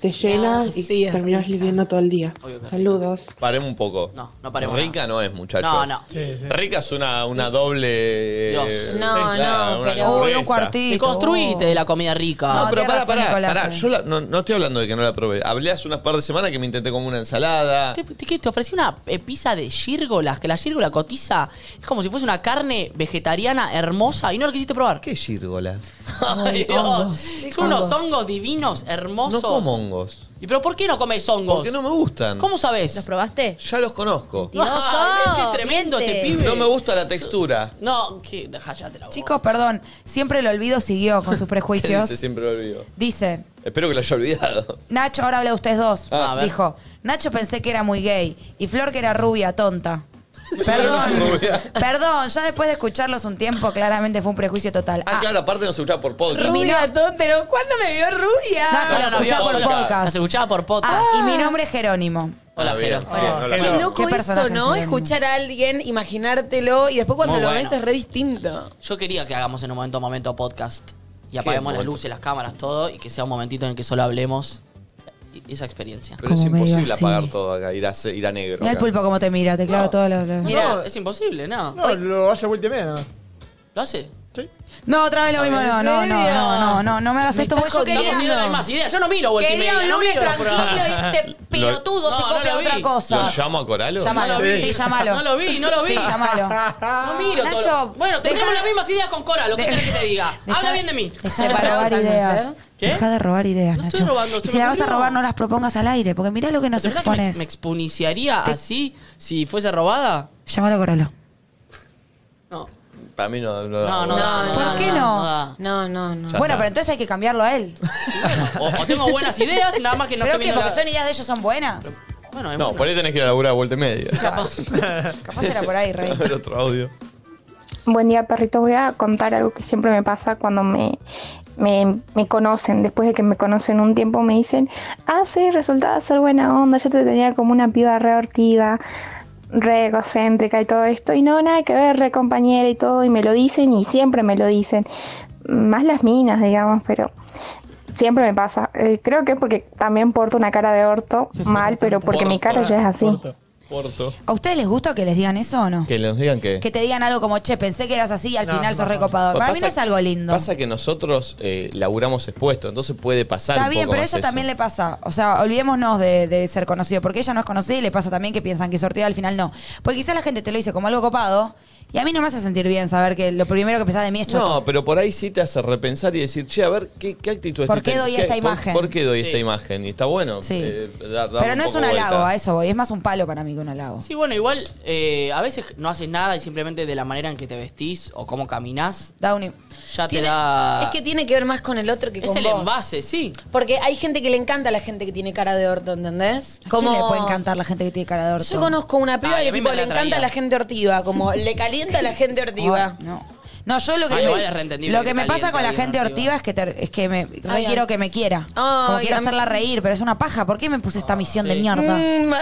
Te llena Ah, y sí, es terminas rica. viviendo todo el día. Obvio que- Saludos. Paremos un poco. No, no paremos Rica no es, muchachos. no, no. Sí, sí. Rica es una, una doble. eh, Dios. No, no, pero- una Uy, hamburguesa. un cuartito. Te construiste de la comida No, rica. No, pero tiene pará, razón, pará, Nicolás, pará. eh. Yo la- no, no estoy hablando de que no la probé. Hablé hace unas par de semanas que me intenté comer una ensalada. Te, te- ¿qué? te ofrecí una eh, pizza de gírgolas, que la gírgola cotiza. Es como si fuese una carne vegetariana hermosa y no la quisiste probar. ¿Qué gírgola? Ay, Dios. hongos. Son unos hongos divinos, hermosos. No como hongos. ¿Y pero por qué no comes hongos? Porque no me gustan. ¿Cómo sabes? ¿Los probaste? Ya los conozco. Mentiroso, qué tremendo miente. este pibe. No me gusta la textura. No, que, cállate la boca. Chicos, perdón, siempre el olvido siguió con sus Se prejuicios. siempre lo olvido. Dice, Espero que lo haya olvidado. Nacho, ahora habla ustedes dos. Ah, a ver. Dijo, Nacho pensé que era muy gay y Flor que era rubia, tonta. Perdón, Rubia. perdón, ya después de escucharlos un tiempo, claramente fue un prejuicio total. Ah, Ah, claro, aparte no se escuchaba por podcast. Rubia, pero ¿cuándo me vio rubia? No, no, Hola, no, lo escuchaba novio. por Hola. Las podcast. escuchaba por podcast. Ah, y mi nombre es Jerónimo. Hola, Ah, bien, Jero. bien, no la- Qué loco Qué eso, personaje ¿no? tremendo. Escuchar a alguien, imaginártelo y después cuando Muy lo bueno. ves es re distinto. Yo quería que hagamos en un momento momento podcast y apaguemos las momento? luces, las cámaras, todo y que sea un momentito en el que solo hablemos. esa experiencia. Pero es Como medio imposible así. apagar todo acá, ir a, ce- ir a negro. Mira el acá. pulpo como te mira, te clavo No. todos los... los- no, es imposible, no. No, lo hace vuelta y media nada más. ¿Lo hace? Sí. No, otra vez lo mismo, no, no, no, no, no, no, no me hagas Me esto, estás porque No, yo jodiendo. quería... no tiene las mismas ideas. Yo no miro vuelta y Quería media, un no lunes miro los tranquilo programas. y este pelotudo No, se no copia lo vi. otra cosa. ¿Lo llamo a Coralo? Llámalo, No lo sí, vi. llámalo. No lo vi, no lo vi. Sí, llámalo. No miro Nacho, todo. lo- Bueno, tenemos deja- las mismas ideas con Cora, lo que de- quieres que te diga. Deja- Habla bien de mí. Deja de Separados robar al ideas. nacer. ¿Qué? Deja de robar ideas, ¿eh? No Nacho. estoy robando, Y se si me la vas a ocurrió. robar, no las propongas al aire, porque mirá lo que nos ¿De verdad que me, expones. me expuniciaría así si fuese robada? Llámalo a Coralo. No. Para mí no. No, no, da, no. ¿Por da, qué no? da. No, no, no. Ya Bueno, está. pero entonces hay que cambiarlo a él. Y bueno, o, o tengo buenas ideas, nada más que no ¿Pero estoy qué? viendo Porque la- son ideas de ellos, son buenas. Bueno, es No, bueno. por ahí tenés que ir a laburar a vuelta y media. Capaz era por ahí, Rey. el otro audio. Buen día, perritos. Voy a contar algo que siempre me pasa cuando me, me, me conocen. Después de que me conocen un tiempo, me dicen: Ah, sí, resultaba ser buena onda. Yo te tenía como una piba re hortiva, re egocéntrica y todo esto. Y no, nada que ver, re compañera y todo. Y me lo dicen y siempre me lo dicen. Más las minas, digamos, pero siempre me pasa. Eh, creo que es porque también porto una cara de orto mal, pero porque mi cara ya es así. Porto. ¿A ustedes les gusta que les digan eso o no? Que nos digan que. Que te digan algo como, che, pensé que eras así y al No, final sos no. recopado. Para mí Pasa- no es algo lindo. Pasa que nosotros eh, laburamos expuesto, entonces puede pasar. Está un bien, poco pero a más ella eso. también le pasa. O sea, olvidémonos de, de ser conocido, porque ella no es conocida y le pasa también que piensan que sorteo al final no. Porque quizás la gente te lo dice como algo copado y a mí no me hace sentir bien saber que lo primero que pensás de mí es choto. No, pero por ahí sí te hace repensar y decir, che, a ver, ¿qué, qué actitud ¿Por estoy qué ten- doy esta por- imagen? ¿Por, qué doy Sí. esta imagen? Y está bueno. Sí. eh, da- darle pero no es poco un halago, vuelta. a eso voy. Es más un palo para mí que un halago. Sí, bueno, igual eh, a veces no haces nada y simplemente de la manera en que te vestís o cómo caminás, Da un- ya Tiene- te da. Es que tiene que ver más con el otro que Es con el vos. envase, sí. Porque hay gente que le encanta a la gente que tiene cara de orto, ¿entendés? ¿A quién le puede encantar la gente que tiene cara de orto? Yo conozco una piba Ay, que a mí tipo me la le encanta traía. a la gente hortiva, como le calienta a la gente hortiva. Ay, no. No, yo lo que Sí, igual es me, reentendible lo que que me pasa caliente con la ahí, gente ¿no? hortiva es que, te- es que me re Ay, quiero ay. que me quiera. Como Ay, quiero a mí- hacerla reír, pero es una paja. ¿Por qué me puse esta misión de sí. mierda? Mm,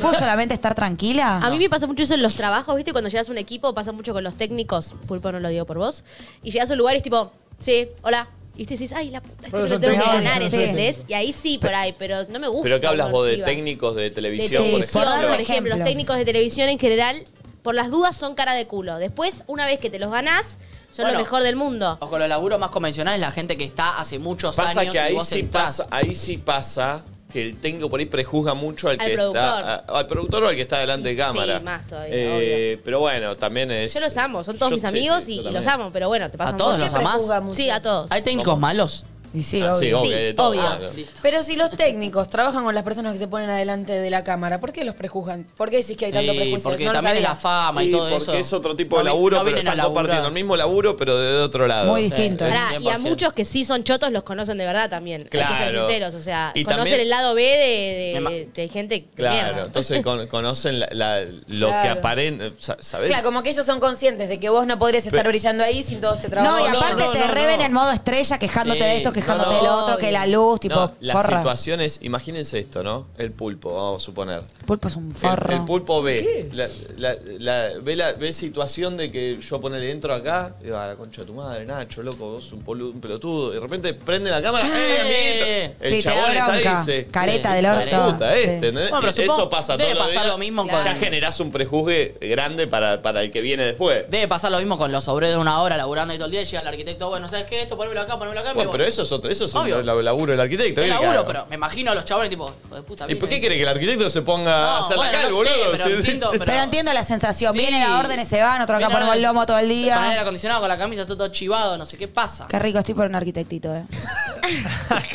¿Puedo solamente estar tranquila? A mí me pasa mucho eso en los trabajos, ¿viste? Cuando llegas a un equipo, pasa mucho con los técnicos, pulpo no lo digo por vos, y llegas a un lugar y es tipo, sí, hola. Y te dices, ay, la puta, esto Pero me lo son tengo que técnicos, ganar, sí. ¿entendés? Y ahí sí, por ahí, pero no me gusta. Pero que hablas una vos de ortiva. técnicos de De televisión, por televisión, ejemplo. dar por un ejemplo. Los ejemplo. técnicos de televisión en general, por las dudas, son cara de culo. Después, una vez que te los ganás, son Bueno. lo mejor del mundo. O con los laburos más convencionales, la gente que está hace muchos Pasa años que y ahí vos sí entrás. pasa, ahí sí pasa que el técnico por ahí prejuzga mucho al, Al que productor. está a- al productor o al que está delante de Sí, cámara. más todavía, Eh, pero bueno, también es Yo los amo, son todos Yo- mis sí, amigos sí, y, yo y los también. amo, pero bueno, te pasan todos por- los amás? prejuzga mucho. Sí, a todos. ¿Hay técnicos malos? Y sí, obvio. Ah, sí, obvio, Sí, de todo, Ah, obvio. claro. Pero si los técnicos trabajan con las personas que se ponen adelante de la cámara, ¿por qué los prejuzgan? ¿Por qué decís que hay tanto Eh, prejuicio? porque No lo también es sabía. la fama y, Sí, todo porque eso. es otro tipo No de vi- laburo, no pero vienen a están laburar. compartiendo el mismo laburo, pero de otro lado. Muy distinto. Sí. ¿eh? Pará, y a 100%. muchos que sí son chotos los conocen de verdad también. Hay que ser Claro. sinceros, o sea, Y conocen también- el lado B Me de, ma- de, de gente que Claro, entonces con- conocen la- la- lo que Claro. aparenta, ¿sabés? Claro, como que ellos son conscientes de que vos no podrías estar Pero- brillando ahí sin todo este trabajo. No, y no, aparte no, te no, reven no. en modo estrella, quejándote Sí, de esto, quejándote no, del no, otro, que obvio. la luz, tipo, No, la forra. situación es, imagínense esto, ¿no? El pulpo, vamos a suponer. El pulpo es un forro. El, el pulpo ve, la, la- la- ve, la, ve situación de que yo ponele entro acá, y va, la concha de tu madre, Nacho, loco, vos un, polu- un pelotudo, y de repente prende la cámara, ¡eh, amiguito! El Sí, te chabón da está ahí, bronca. dice, Careta del careta. orto. puta, este, Sí. ¿no? Bueno, pero Y supongo- eso pasa debe todo los pasar días. lo mismo Ya con- generás un prejuzgue grande para, para el que viene después. Debe pasar lo mismo con los obreros de una hora laburando ahí todo el día. Llega el arquitecto, bueno, ¿sabes qué? Esto, ponémelo acá, ponémelo acá. y me Bueno, voy. pero eso es otro, eso es Obvio. un lab- laburo del arquitecto. Es ¿qué le laburo, cago? pero me imagino a los chabones tipo, hijo de puta. ¿Y por qué vienen. quiere que el arquitecto se ponga a No, Ah, hacer bueno, la no cal, sé, boludo? pero Sí, sí. entiendo, pero, Pero entiendo la sensación. Sí. Viene la orden y se van, otro acá Viene ponemos el la- lomo todo el Con el día. acondicionado, con la camisa, todo chivado, no sé qué pasa. Qué rico, estoy por un arquitectito, ¿eh?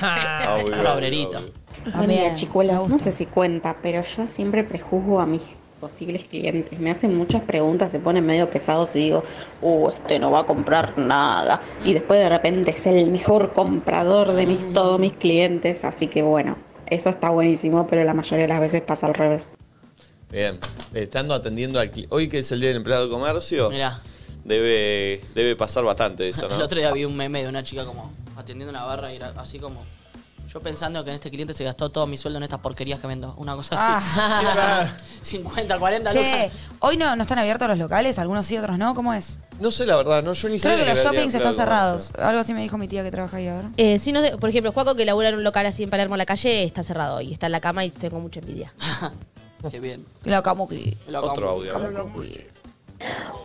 Ah, Obvio, Un obrerito. obvio. También, Buen día, me chicuelos. gusta. No sé si cuenta, pero yo siempre prejuzgo a mis posibles clientes. Me hacen muchas preguntas, se ponen medio pesados y digo, uh, este no va a comprar nada. Y después de repente es el mejor comprador de mis, todos mis clientes. Así que bueno, eso está buenísimo, pero la mayoría de las veces pasa al revés. Bien, estando atendiendo al cli- Hoy que es el Día del Empleado de Comercio, Mirá, debe, debe pasar bastante eso, ¿no? el otro día vi un meme de una chica como atendiendo una barra y era así como. Yo pensando que en este cliente se gastó todo mi sueldo en estas porquerías que vendo. Una cosa Ah. así. 50, 40 Che, lucas. hoy no, no están abiertos los locales, algunos sí, otros no, ¿cómo es? No sé la verdad, no, yo ni Creo sabía que los había shoppings están claro algo cerrados. así. Algo así me dijo mi tía que trabaja ahí, a ver. Eh, sí, no sé, por ejemplo, Juaco, que labura en un local así en Palermo, la calle, está cerrado y está en la cama y tengo mucha envidia. Qué bien. La Kamuki. Lo Otro compro. audio. a ver.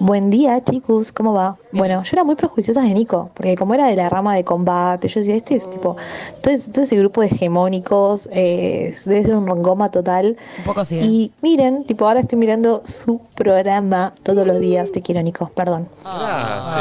Buen día, chicos, ¿cómo va? Bueno, yo era muy prejuiciosa de Nico, porque como era de la rama de combate, yo decía, este es tipo, todo, es- todo ese grupo de hegemónicos, eh, debe ser un rongoma total. Un poco sí. ¿eh? Y miren, tipo, ahora estoy mirando su programa todos los días. Te quiero, Nico, perdón. Gracias.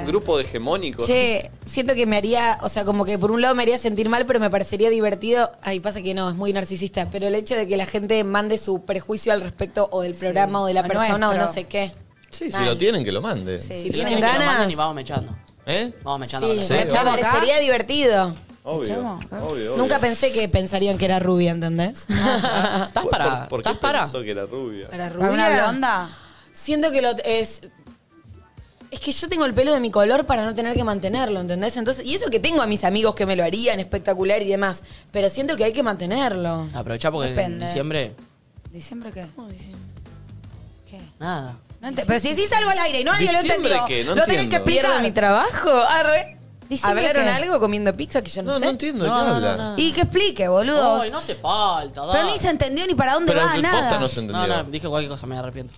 Un grupo de hegemónicos. Che, siento que me haría, o sea, como que por un lado me haría sentir mal, pero me parecería divertido. Ay, pasa que no, es muy narcisista, pero el hecho de que la gente mande su prejuicio al respecto o del programa o de la o persona o nuestro. no sé qué. Sí, si Mal. lo tienen, que lo manden. Si Yo tienen también se lo manden ganas. y vamos mechando. ¿Eh? Vamos mechando. Sí, Sí, me obvio. parecería divertido. Obvio. Echamos Obvio, acá. obvio. Nunca pensé que pensarían que era rubia, ¿entendés? ¿Estás ¿Por- para? por- ¿Por qué ¿Estás para? pensó que era rubia? ¿Para ¿Para una blonda? Siento que lo es. Es que yo tengo el pelo de mi color para no tener que mantenerlo, ¿entendés? Entonces, y eso que tengo a mis amigos que me lo harían espectacular y demás, pero siento que hay que mantenerlo. Aprovechá porque Depende. en diciembre. ¿Diciembre qué? ¿Qué? Nada. No ente- pero si decís algo al aire y no alguien lo ¿Diciembre entendió, qué? No lo tenés que entiendo. ¿Pierdo explicar. mi trabajo? Arre. Diciembre ¿Hablaron qué? algo comiendo pizza que yo no, No, sé? no entiendo de No, qué no, habla. no, Y que explique, boludo. Ay, no hace falta. Pero dale. ni se entendió ni para dónde Pero va, el nada. posta no se entendió. No, no, dije cualquier cosa, me arrepiento.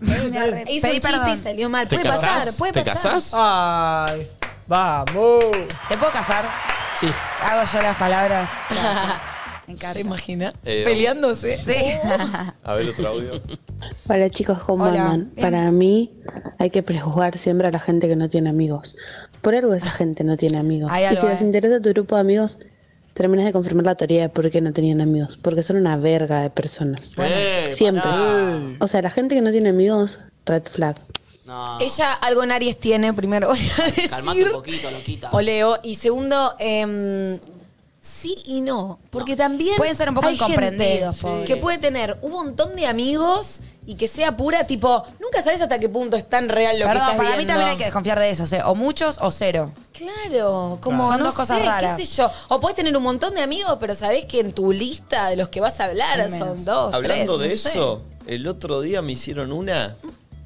Me arre- Hizo un pedí chiste y perdón. salió mal. ¿Te Puede pasar, casás? puede ¿Te pasar. casás? Ay, vamos. ¿Te puedo casar? Sí. Hago yo las palabras. Gracias. Me ¿Te encanta. imaginas? Eh, Peleándose. Sí. A ver otro audio. Hola chicos, ¿cómo Hola. Em. andan? Bien. Para mí hay que prejuzgar siempre a la gente que no tiene amigos. Por algo esa gente no tiene amigos. Hay y algo, si les eh. interesa tu grupo de amigos, terminas de confirmar la teoría de por qué no tenían amigos. Porque son una verga de personas. Eh, siempre. pará. O sea, la gente que no tiene amigos, red flag. No. Ella algo en Aries tiene, primero voy a decir. Calmate un poquito, loquita. O Leo. Y segundo, em, sí y no. Porque también. Pueden ser un poco hay gente incomprendidos, pobres. Que puede tener un montón de amigos y que sea pura, tipo, nunca sabes hasta qué punto es tan real lo que Perdón, estás para mí viendo. también hay que desconfiar de eso. o sea, O muchos o cero. Claro, como Son no dos cosas sé, raras. qué sé yo. O podés tener un montón de amigos, pero sabés que en tu lista de los que vas a hablar Al menos. son dos, Hablando de tres, no sé. eso, el otro día me hicieron una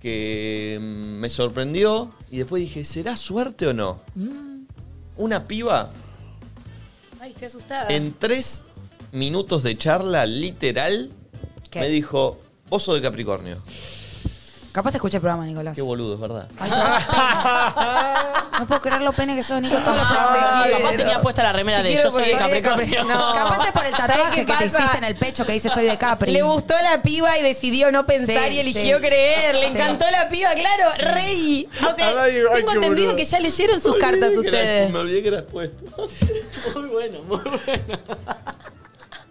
que mm, me sorprendió y después dije, ¿será suerte o no? Una piba Ay, estoy asustada. en tres minutos de charla literal ¿Qué? me dijo, vos sos de Capricornio. Capaz escuché el programa, Nicolás. Qué boludo, es verdad. Ay, sos un pene. no puedo creer lo pene que sos, Nico. Todos los programas. Sí, capaz tenía puesta la remera de yo soy de Capricornio. No. Capaz es por el ¿Sabés tatuaje qué que te pasa? hiciste en el pecho que dice soy de Capri. Le gustó la piba y decidió no pensar Sí, y eligió sí. creer. Le Sí. encantó la piba, claro, rey. O sea, Ay, ay, tengo qué entendido boludo. que ya leyeron sus Me olvidé cartas que era- ustedes. me olvidé que eras puesto. Muy bueno, muy bueno.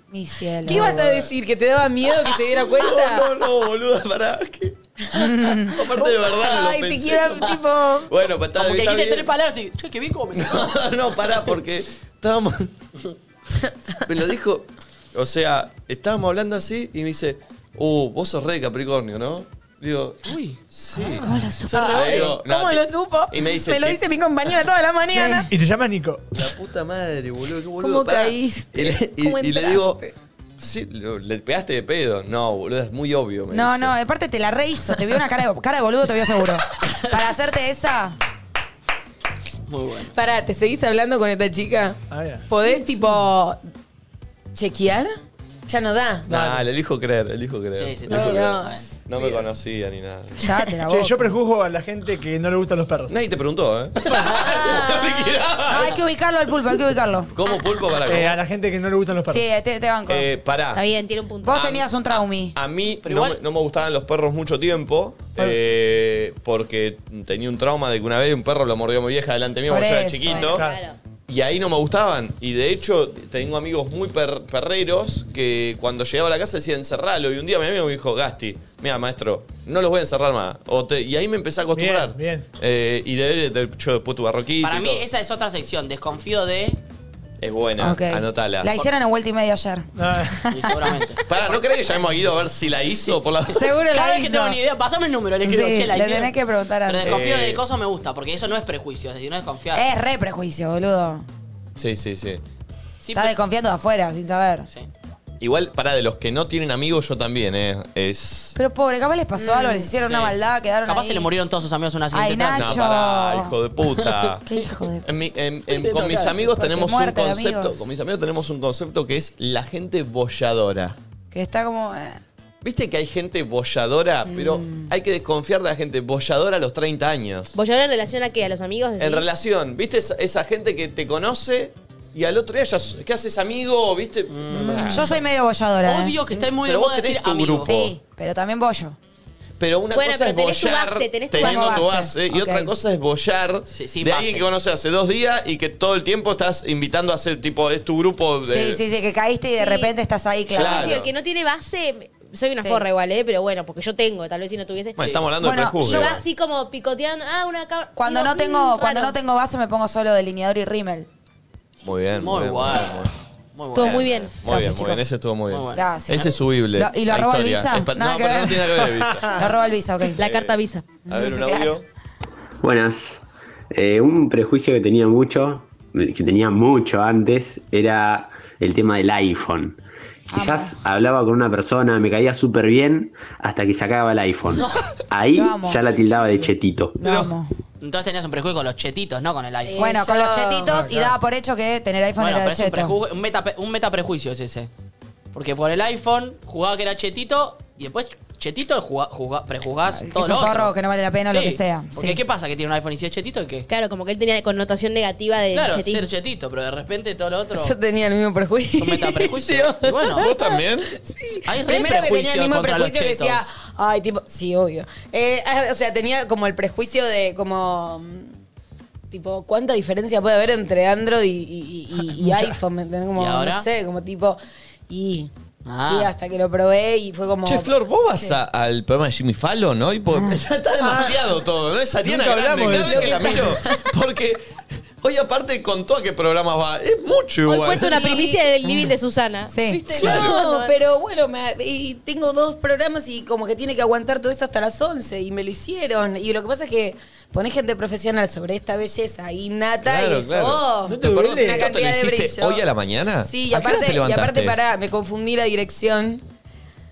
Mi cielo. ¿Qué ibas a decir? ¿Que te daba miedo que se diera cuenta? No, no, no, boluda, pará. que- Aparte de verdad no lo Ay, te pensé. quiero, tipo- Bueno, pues está, Como que está dijiste bien. tres palabras y. Che, qué bien como me sacó. no, pará, porque estábamos. Me lo dijo. O sea, estábamos hablando así y me dice, uh, vos sos re de Capricornio, ¿no? Digo, Uy. sí. ¿Cómo lo supo? Ah, digo, no, ¿Cómo te- lo supo? Y me dice, lo "Te- dice mi compañera toda la mañana. Y te llamas Nico. La puta madre, boludo, qué boludo. ¿Cómo pará. caíste? Y le, y- ¿Cómo y le digo, entraste? sí, lo- le pegaste de pedo. No, boludo, es muy obvio. me No, dice. no, aparte te la rehizo. Te vio una cara de, cara de boludo, te vio seguro. Para hacerte esa. Muy bueno. Pará, ¿te seguís hablando con esta chica? Ah, ya. ¿Podés, tipo, chequear? Ya no da. Nah, le elijo creer, elijo creer. Sí, sí, Le está elijo bien, creer. está bien. No me conocía ni nada. Ya te la Che, boca. yo prejuzgo a la gente que no le gustan los perros. Nadie te preguntó, ¿eh? No me No, hay quedaba. que ubicarlo al pulpo, hay que ubicarlo. ¿Cómo pulpo para Eh, comer? a la gente que no le gustan los perros. Sí, te, te banco. Eh, ah, pará. Está bien, tiene un punto. Vos tenías un traumi. A mí Pero no, igual- me- no me gustaban los perros mucho tiempo Ah. eh, porque tenía un trauma de que una vez un perro lo mordió a mi vieja delante mío Por cuando yo era eso, chiquito. Claro. Y ahí no me gustaban. Y de hecho, tengo amigos muy per- perreros que cuando llegaba a la casa decían encerralo. Y un día mi amigo me dijo, Gasti, mira, maestro, no los voy a encerrar más. O te- y ahí me empecé a acostumbrar. Bien, bien. Eh, y de, de- yo después tuve barroquito. Para y mí, todo. esa es otra sección. Desconfío de. Es buena, eh. Ok. anotala. La hicieron en vuelta y media ayer. Ah, Y seguramente. Para, ¿no crees que llamemos a Guido a ver si la hizo? Por la... Seguro Cada la vez que tengo hizo. una idea, pasame el número, le escribo, Sí, che, la le hicieron". tenés que preguntar a Pero desconfío Eh. de Eh, cosas me gusta, porque eso no es prejuicio, es decir, no es desconfiar. Es re prejuicio, boludo. Sí, sí, sí. Está desconfiando de afuera, sin saber. Igual, para de los que no tienen amigos, yo también, eh, es... Pero pobre, capaz les pasó algo, les Mm, hicieron Sí. una maldad, quedaron Capaz ahí. se le murieron todos sus amigos en un accidente Ay, trágico. No, Ah, pará, hijo de puta. Qué hijo de... En mi- en- en- Te con mis toca, amigos porque tenemos un muerte de concepto. amigos. Con mis amigos tenemos un concepto que es la gente bolladora. Que está como... eh. Viste que hay gente bolladora, pero hay que desconfiar de la gente bolladora a los 30 años. ¿Voy a hablar en relación a qué? ¿A los amigos? En decís? relación, ¿viste esa, esa gente que te conoce y al otro día ya s- ¿qué haces amigo? ¿Viste? Pará. Yo soy medio bolladora. eh. Odio que está muy de Pero vos moda tenés decir tu amigo. grupo. Sí, pero también bollo. Pero una Bueno, cosa pero tenés es tu bollar base, tenés tu teniendo base. tu base y Ok. otra cosa es bollar Sí, sin de base. alguien que conoces hace dos días y que todo el tiempo estás invitando a hacer tipo, es tu grupo Sí, de... sí, sí, que caíste y de Sí. repente estás ahí, claro. Claro. Sí, el que no tiene base, soy una Sí. forra igual, ¿eh? Pero bueno, porque yo tengo, tal vez si no tuviese. Bueno, estamos hablando Bueno, de prejuzgue. yo igual. así como picoteando, ah, una cabra. Cuando digo, no tengo, mm, cuando raro. no tengo base me pongo solo delineador y rímel. Muy bien. Muy bien, guay. bien, bien. Muy Estuvo bueno. muy bien. Muy bien, Gracias, muy bien. chicos. Ese estuvo muy bien. Muy bueno. Gracias. Ese es subible. Lo- ¿Y lo la arroba el historia. Visa? Es pa- Ah, Nada no, que pero ver. no tiene nada que ver el Visa. Lo roba el visa, ok. La carta visa. A ver, un audio. Buenas. Eh, un prejuicio que tenía mucho, que tenía mucho antes, era el tema del iPhone. Quizás hablaba con una persona, me caía súper bien, hasta que sacaba el iPhone. Ahí Lo amo. ya la tildaba de chetito. Lo amo. Entonces tenías un prejuicio con los chetitos, no con el iPhone. Eh, Bueno, con los chetitos Ah, y claro. daba por hecho que tener iPhone Bueno, era pero de es un, cheto. prejuicio, un, meta, un metaprejuicio es ese. Porque por el iPhone jugaba que era chetito y después chetito juga- juga- prejuzgás Ah, Que todo es lo un otro. forro, que no vale la pena, lo que sea, Porque sí. ¿qué pasa? Que tiene un iPhone y si es chetito y qué? Claro, como que él tenía connotación negativa de Claro, chetín. ser chetito, pero de repente todo lo otro Yo tenía el mismo prejuicio. es un metaprejuicio. Y bueno, ¿Vos también? hay re Primero que tenía el prejuicios mismo contra los prejuicio que decía, chetos. ay, tipo, sí, obvio. Eh, o sea, tenía como el prejuicio de como, mm, tipo, ¿cuánta diferencia puede haber entre Android y, y- y- y iPhone? ¿me entendés? Como, ¿Y ahora? no sé, como tipo, y, Ah. y hasta que lo probé y fue como... Che, Flor, vos vas a- al programa de Jimmy Fallon, ¿no? Y por- ya está demasiado todo, ¿no? Es Ariana Nunca Grande, hablamos de cada vez eso. que la miro. Porque hoy aparte contó a qué programa va. Es mucho Hoy igual. cuento una Sí. primicia del living de Susana. Sí. ¿Viste? No, No, pero- pero bueno, me- y tengo dos programas y como que tiene que aguantar todo eso hasta las 11 y me lo hicieron. Y lo que pasa es que pones gente profesional sobre esta belleza innata Claro, y eso. claro. No ¿Te te acordás duele. que Una esto te lo cantidad de hiciste brillo. hoy a la mañana? Sí, y ¿A qué hora aparte, te y aparte levantaste? pará, me confundí la dirección.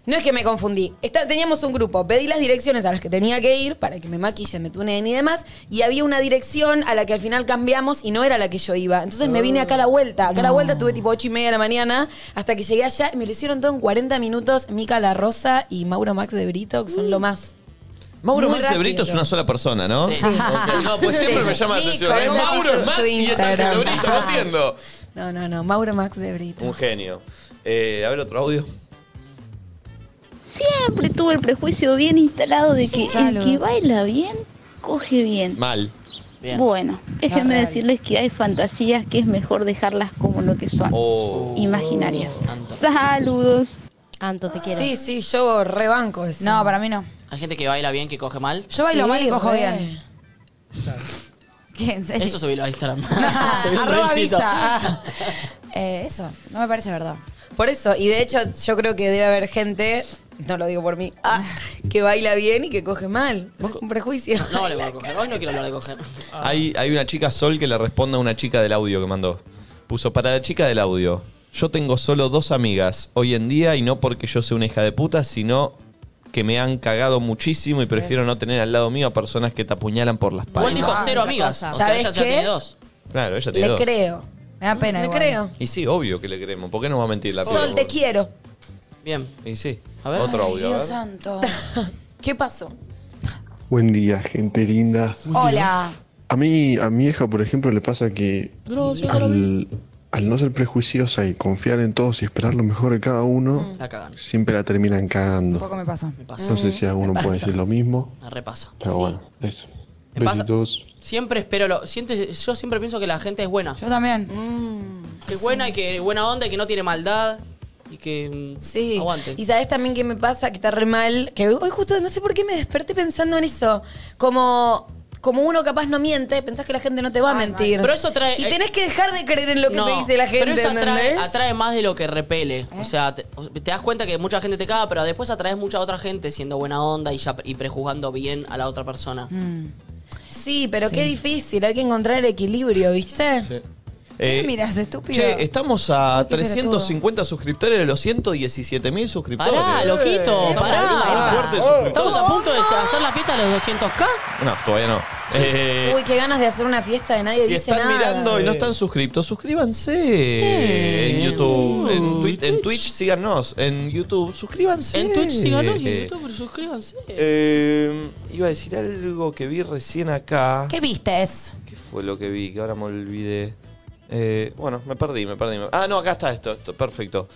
No es que me confundí. Está- teníamos un grupo, pedí las direcciones a las que tenía que ir para que me maquillen, me tunen y demás. Y había una dirección a la que al final cambiamos y no era la que yo iba. Entonces me vine acá a la vuelta. Acá a la vuelta estuve tipo 8 y media de la mañana hasta que llegué allá y me lo hicieron todo en 40 minutos. Mica La Rosa y Mauro Max de Brito, que son Mm. lo más. Mauro Muy Max de Brito es rápido. una sola persona, ¿no? Sí. Ok. No, pues Siempre sí. me llama la Nico, atención. Es es así Mauro su- Max su y es Ángel de Instagram. Brito, no entiendo. No, no, no, Mauro Max de Brito. Un genio. Eh, a ver otro audio. Siempre tuve el prejuicio bien instalado de que el que Saludos. baila bien, coge bien. Mal. Bien. Bueno, déjenme real. decirles que hay fantasías que es mejor dejarlas como lo que son, Oh. imaginarias. Saludos. Anto, te quiero. Sí, sí, yo rebanco eso. No, para mí no. Hay gente que baila bien, que coge mal. Yo bailo Sí, mal y cojo re. bien. ¿Qué? ¿En serio? Eso subilo a Instagram. Subí un Arroba reelcito. visa. ah. Eh, eso, no me parece verdad. Por eso, y de hecho yo creo que debe haber gente, no lo digo por mí, ah, que baila bien y que coge mal. Es un prejuicio. No vale por coger. Hoy no quiero hablar de coger. Hay, hay una chica Sol que le responde a una chica del audio que mandó. Puso, para la chica del audio, yo tengo solo dos amigas hoy en día y no porque yo sea una hija de puta, sino que me han cagado muchísimo y prefiero no tener al lado mío a personas que te apuñalan por la espalda. Igual dijo Ah, cero otra amigas. cosa. O sea, ¿Sabes ella ya qué? tiene dos. Claro, ella tiene Le dos. creo. Me Mm, da pena Le igual. creo. Y sí, obvio que le creemos. ¿Por qué nos va a mentir la Sol, piba? te quiero. Bien. Y sí. A ver. Otro Ay, audio. a Dios ver. santo. ¿Qué pasó? Buen día, gente linda. Hola. A mí, a mi hija, por ejemplo, le pasa que al, al no ser prejuiciosa y confiar en todos y esperar lo mejor de cada uno, La cagan. siempre la terminan Un cagando. poco me pasó. Me No pasa. sé si alguno puede decir lo mismo, Me repasa. pero bueno, eso. Me pasa- Besitos. Siempre espero lo. siente- yo siempre pienso que la gente es buena. Yo también. Mm. Que es buena y que buena onda y que no tiene maldad. Y que mm, Sí. aguante. Y sabes también que me pasa que está re mal, que hoy justo no sé por qué me desperté pensando en eso. Como como uno capaz no miente, pensás que la gente no te va a mentir. Pero eso trae- Y tenés que dejar de creer en lo que No, te dice la gente, Pero eso atrae, ¿entendés? atrae más de lo que repele. O sea, te, o- te das cuenta que mucha gente te caga, pero después atraes mucha otra gente siendo buena onda y, ya, y prejuzgando bien a la otra persona. Sí, pero qué difícil, hay que encontrar el equilibrio, ¿viste? Eh, Miras, estúpido. Che, estamos a Qué pelotudo. 350 suscriptores de los 117 mil suscriptores. Pará, loquito, Estamos pará. muy fuertes suscriptores. Estamos a punto de hacer la fiesta de los 200k. No, todavía no. Eh, Uy, qué ganas de hacer una fiesta de nadie si dice están nada. mirando y no están suscriptos, suscríbanse en YouTube, en, Twi- en Twitch síganos, en YouTube suscríbanse. Uh, En Twitch síganos y Eh, en YouTube suscríbanse. eh, iba a decir algo que vi recién acá. ¿Qué vistes? fue lo que vi, que ahora me olvidé. Eh, bueno, me perdí, me perdí. me- Ah, no, acá está esto, esto, perfecto.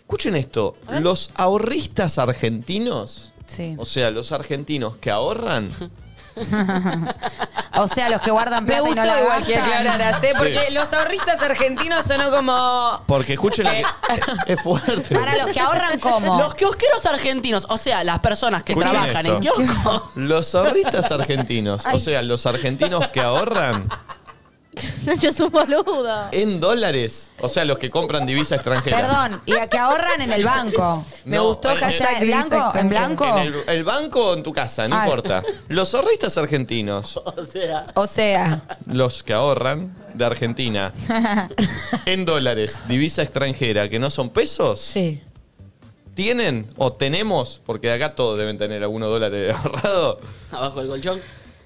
Escuchen esto, los ahorristas argentinos, Sí. o sea, los argentinos que ahorran, o sea, los que guardan Me plata y no gustó la igual que gastan. aclararas, ¿eh? Porque Sí. los ahorristas argentinos sonó como... porque escuchen, lo que- es fuerte. Los kiosqueros argentinos, o sea, las personas que Escuchen trabajan en esto. kiosco. Los ahorristas argentinos, o Ay. sea, los argentinos que ahorran Nacho es un boludo. en dólares, o sea, los que compran divisa extranjera. Perdón, y a que ahorran en el banco. Me No, gustó en- hashtag blanco, en blanco. En el, el banco o en tu casa, no Ah. importa. Los ahorristas argentinos, O sea. O sea. los que ahorran de Argentina en dólares, divisa extranjera, que no son pesos, tienen o tenemos, porque acá todos deben tener algunos dólares ahorrado, Abajo del colchón.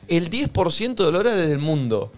el 10% de los dólares del mundo.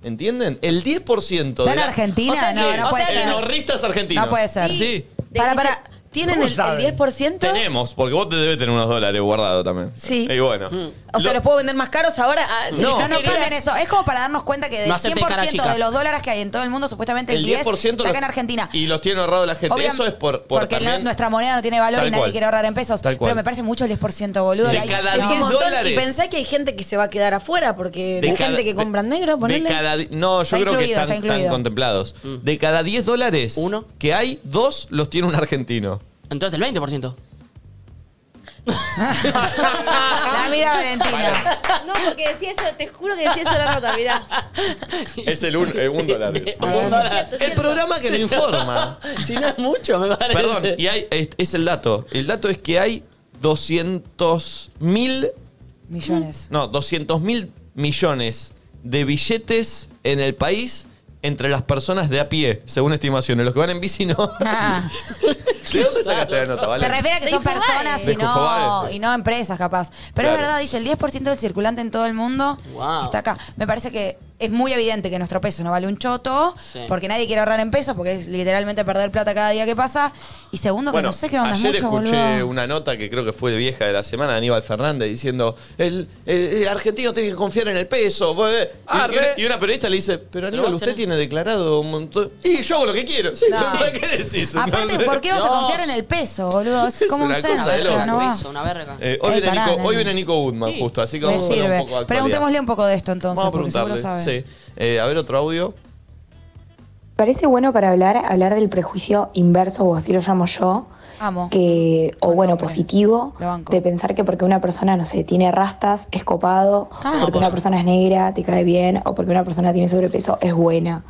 ¿Entienden? El 10% de ¿Está en la- Argentina? O sea, No, sí, no puede en ser. ahorristas argentinos. No puede ser. Sí. Para, para. ¿Tienen ¿Cómo el, el saben? 10%? Tenemos, porque vos te debes tener unos dólares guardados también. Sí. Y bueno. O sea, Lo- ¿los puedo vender más caros ahora? Ah, No. No, no cambien eso. Es como para darnos cuenta que del No aceptes cara 100% chica. de los dólares que hay en todo el mundo, supuestamente el, El 10, 10% está acá en los- Argentina. Y los tiene ahorrado la gente. Obviam- Eso es por, por Porque no- también- nuestra moneda no tiene valor Tal y nadie cual. quiere ahorrar en pesos. Tal cual. Pero me parece mucho el 10%, boludo. De Hay- cada no. 10 Y dólares. pensá que hay gente que se va a quedar afuera porque De hay cada- gente que de- compra en negro, de ponele. cada di- no, yo Está creo incluido, que están, está están incluido. contemplados. De cada 10 dólares que hay, dos los tiene un argentino. Entonces el 20%. La mira Valentina. No, porque decía eso, te juro que decía eso la nota, mirá. Es el un, eh, un dólar. El programa que me lo informa. Si no es mucho, me parece. Perdón, y hay, es, es el dato. El dato es que hay 200 mil... Millones. No, 200 mil millones de billetes en el país entre las personas de a pie, según estimaciones. Los que van en bici no. Ah. ¿De dónde sacaste la nota, vale? Se refiere a que son personas De y no, Infobae. y no empresas, capaz. Pero es Claro. verdad, dice, el 10% del circulante en todo el mundo Wow. está acá. Me parece que es muy evidente que nuestro peso no vale un choto, Sí. porque nadie quiere ahorrar en pesos, porque es literalmente perder plata cada día que pasa. Y segundo, que Bueno, no sé qué onda es ayer mucho, escuché boludo. una nota que creo que fue de vieja de la semana de Aníbal Fernández diciendo el, el- el argentino tiene que confiar en el peso. pues". Y- y, una, y una periodista le dice, pero Aníbal, vos usted tenés- tiene declarado un montón. Y yo hago lo que quiero. Sí, No. ¿para ¿Qué decís? Aparte, ¿por qué vas a confiar en el peso, boludo? Es Es como un una cerdo, cosa de o sea, loco. no va. Una verga. Eh, hoy, Ey, viene pará, Nico, nene. hoy viene Nico Goodman, Sí. justo, así que Me vamos a poner sirve. un poco de actualidad. Preguntémosle un poco de esto entonces, Vamos a porque seguro preguntarle. sabe. Sí. Eh, a ver, otro audio. Parece bueno para hablar, hablar del prejuicio inverso, o así lo llamo yo, Amo. que, o bueno, positivo, de pensar que porque una persona, no sé, tiene rastas, es copado, Ah. porque una persona es negra, te cae bien, o porque una persona tiene sobrepeso, es buena.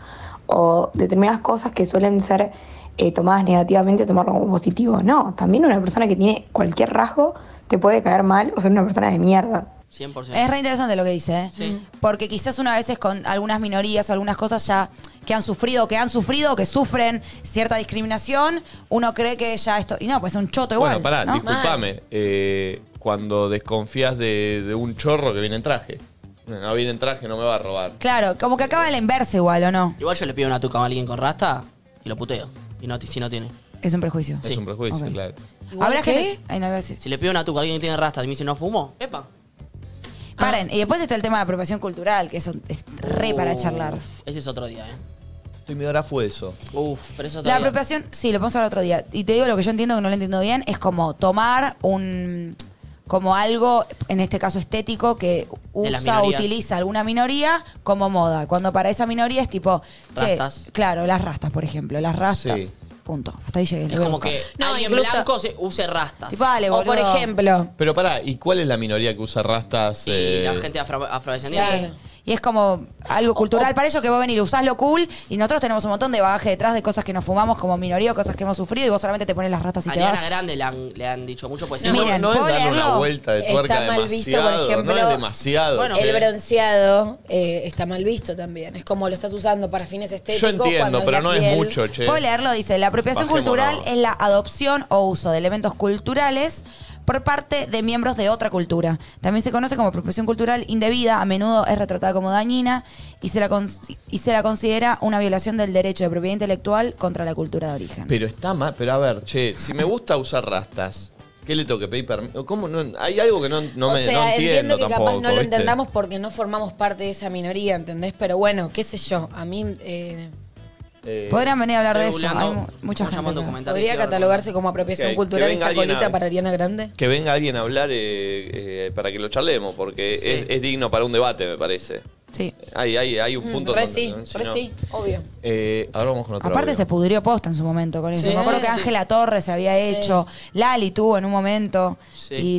O determinadas cosas que suelen ser eh, tomadas negativamente, tomarlo como positivo. No, también una persona que tiene cualquier rasgo te puede caer mal o ser una persona de mierda. 100%. Es re interesante lo que dice, ¿eh? Sí. Porque quizás una veces con algunas minorías o algunas cosas ya que han sufrido, que han sufrido, que sufren cierta discriminación, uno cree que ya esto. Y no, pues es un choto igual. bueno, pará, ¿no? disculpame. eh, cuando desconfías de, de un chorro que viene en traje. No, no viene en traje, no me va a robar. Claro, como que acaba de la inversa igual, ¿o no? Igual yo le pido una tuca a alguien con rasta y lo puteo. Y no, si no tiene. Es un prejuicio. Es un prejuicio, claro. Habrá gente. Ay, no iba a decir. Si le pido una tuca a alguien que tiene rasta y me dice no fumo, epa. Paren, y después está el tema de apropiación cultural, que eso es re para Oh. charlar. Uf, Ese es otro día, eh. Y mi hora fue eso. Uf, pero eso La apropiación, sí, lo podemos hablar otro día. Y te digo lo que yo entiendo que no lo entiendo bien, es como tomar un como algo, en este caso estético, que las usa o minorías. utiliza alguna minoría como moda. Cuando para esa minoría es tipo, che, Rastas. claro, las rastas, por ejemplo, las rastas. Sí. Punto. Hasta ahí llegué. Es lo voy a como buscar. que No, alguien incluso- blanco se use rastas. Tipo, dale, O, por boludo. ejemplo. Pero pará, ¿y cuál es la minoría que usa rastas? eh? La gente afro- afrodescendiente. Sí. Y es como algo cultural para ellos que vos venir, usás lo cool y nosotros tenemos un montón de bagaje detrás de cosas que nos fumamos como minoría, cosas que hemos sufrido y vos solamente te pones las ratas y A te vas. Ariana Grande le han, le han dicho mucho, pues No, miren, no es ¿puedo darle una leerlo? vuelta de Está tuerca mal visto, por demasiado. no ejemplo, es demasiado. che. el bronceado eh, está mal visto también. Es como lo estás usando para fines estéticos. entiendo, cuando pero la no es piel- mucho, che. Puedo leerlo, dice, la apropiación Bajémonos. cultural es la adopción o uso de elementos culturales por parte de miembros de otra cultura. También se conoce como apropiación cultural indebida, a menudo es retratada como dañina y se la, cons- y se la considera una violación del derecho de propiedad intelectual contra la cultura de origen. Pero está mal. Pero a ver, che, si me gusta usar rastas, ¿qué le tengo que pedir permiso? ¿Cómo? No, hay algo que no, no o me, sea, no entiendo, entiendo que tampoco. capaz no lo ¿viste? entendamos porque no formamos parte de esa minoría, ¿entendés? Pero bueno, qué sé yo. A mí eh, Eh, Podrían venir a hablar de estoy eso. Hay googleando, mu- mucha gente. que- podría catalogarse como apropiación Que- que cultural venga esta alguien a- colita para Ariana Grande. Que venga alguien a hablar eh, eh, para que lo charlemos, porque es, es digno para un debate, me parece. Sí. Hay, hay, hay un punto Mm, re donde- sí, ¿no? Si re no- sí, obvio. Eh, ahora vamos con otro Aparte audio. se pudrió posta en su momento con eso. Sí, Me acuerdo sí, que sí. Ángela Torres se había hecho, Lali tuvo en un momento y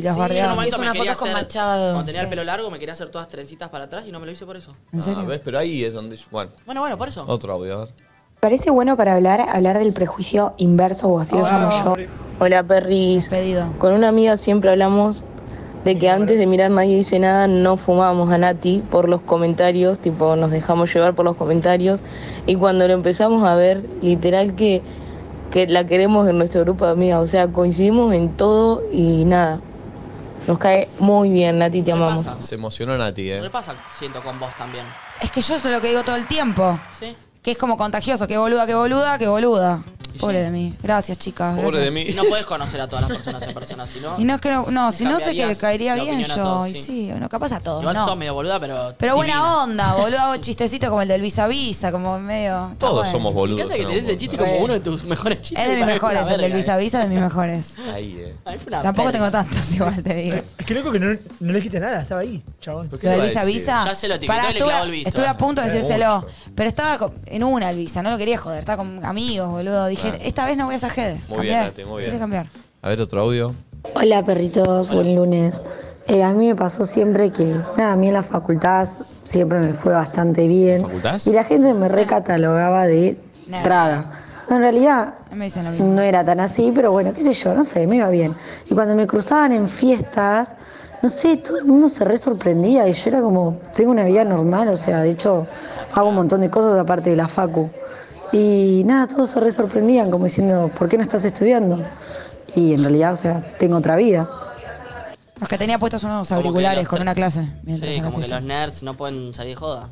Sí, los Yo en un bardearon. momento me quería foto con hacer- Machado. Cuando tenía el Sí. pelo largo me quería hacer todas trencitas para atrás y no me lo hice por eso. Ah, ¿ves? Pero ahí es donde... Bueno, Bueno, bueno, por eso. otro audio, a ver. Parece bueno para hablar, hablar del prejuicio inverso o así lo llamo yo. Hola perris. Con una amiga siempre hablamos de que antes de mirar nadie dice nada, no fumábamos a Nati por los comentarios, tipo nos dejamos llevar por los comentarios. Y cuando lo empezamos a ver, literal que, que la queremos en nuestro grupo de amigas, o sea, coincidimos en todo y nada. Nos cae muy bien, Nati, te amamos. Se emocionó Nati, ¿Qué ¿eh? pasa? Siento con vos también. Es que yo es lo que digo todo el tiempo. Sí. Que es como contagioso, que boluda, que boluda, que boluda. Pobre sí. de mí. Gracias, chicas. gracias. Y no puedes conocer a todas las personas en persona, si no. Y no, es que no, no, les si no sé que cambiarías caería la bien yo. opinión a todos, y sí, no, capaz a todos, Igual no. sos medio boluda, pero. Pero buena divina. onda, boludo, hago chistecito como el del Visa Visa, como medio... Todos Ah, Bueno. somos Me boludos. encanta que en te des algún el chiste momento. como uno de tus mejores chistes. Es de mis Para mí fue una mejores, el del verga, Visa eh. Visa es de mis mejores. Ahí, eh. Ahí fue una Tampoco verga. tengo tantos igual, te digo. Es que loco que no, no le quité nada, estaba ahí, chabón. Lo del Visa Visa. Ya se lo etiquetó Pará, y le clavó estuve, el visto. estuve a punto de Mucho. decírselo. Pero estaba co- en una el Visa, no lo quería joder. Estaba con amigos, boludo. Dije, Ah. esta vez no voy a ser Jede. Muy Cambié. bien, Nati, muy bien. Quise cambiar. A ver, otro audio. Hola perritos, buen lunes. Eh, a mí me pasó siempre que, nada, a mí en la facultad siempre me fue bastante bien. Y la gente me recatalogaba de Nada. traga. En realidad Me dicen lo mismo. no era tan así, pero bueno, qué sé yo, no sé, me iba bien. Y cuando me cruzaban en fiestas, no sé, todo el mundo se re sorprendía y yo era como, tengo una vida normal, o sea, de hecho hago un montón de cosas aparte de la facu. Y nada, todos se re sorprendían como diciendo, ¿por qué no estás estudiando? Y en realidad, o sea, tengo otra vida. Los que tenía puestos unos Como que auriculares los con tra- una clase. mientras Sí, en la como que fiesta. los nerds no pueden salir de joda.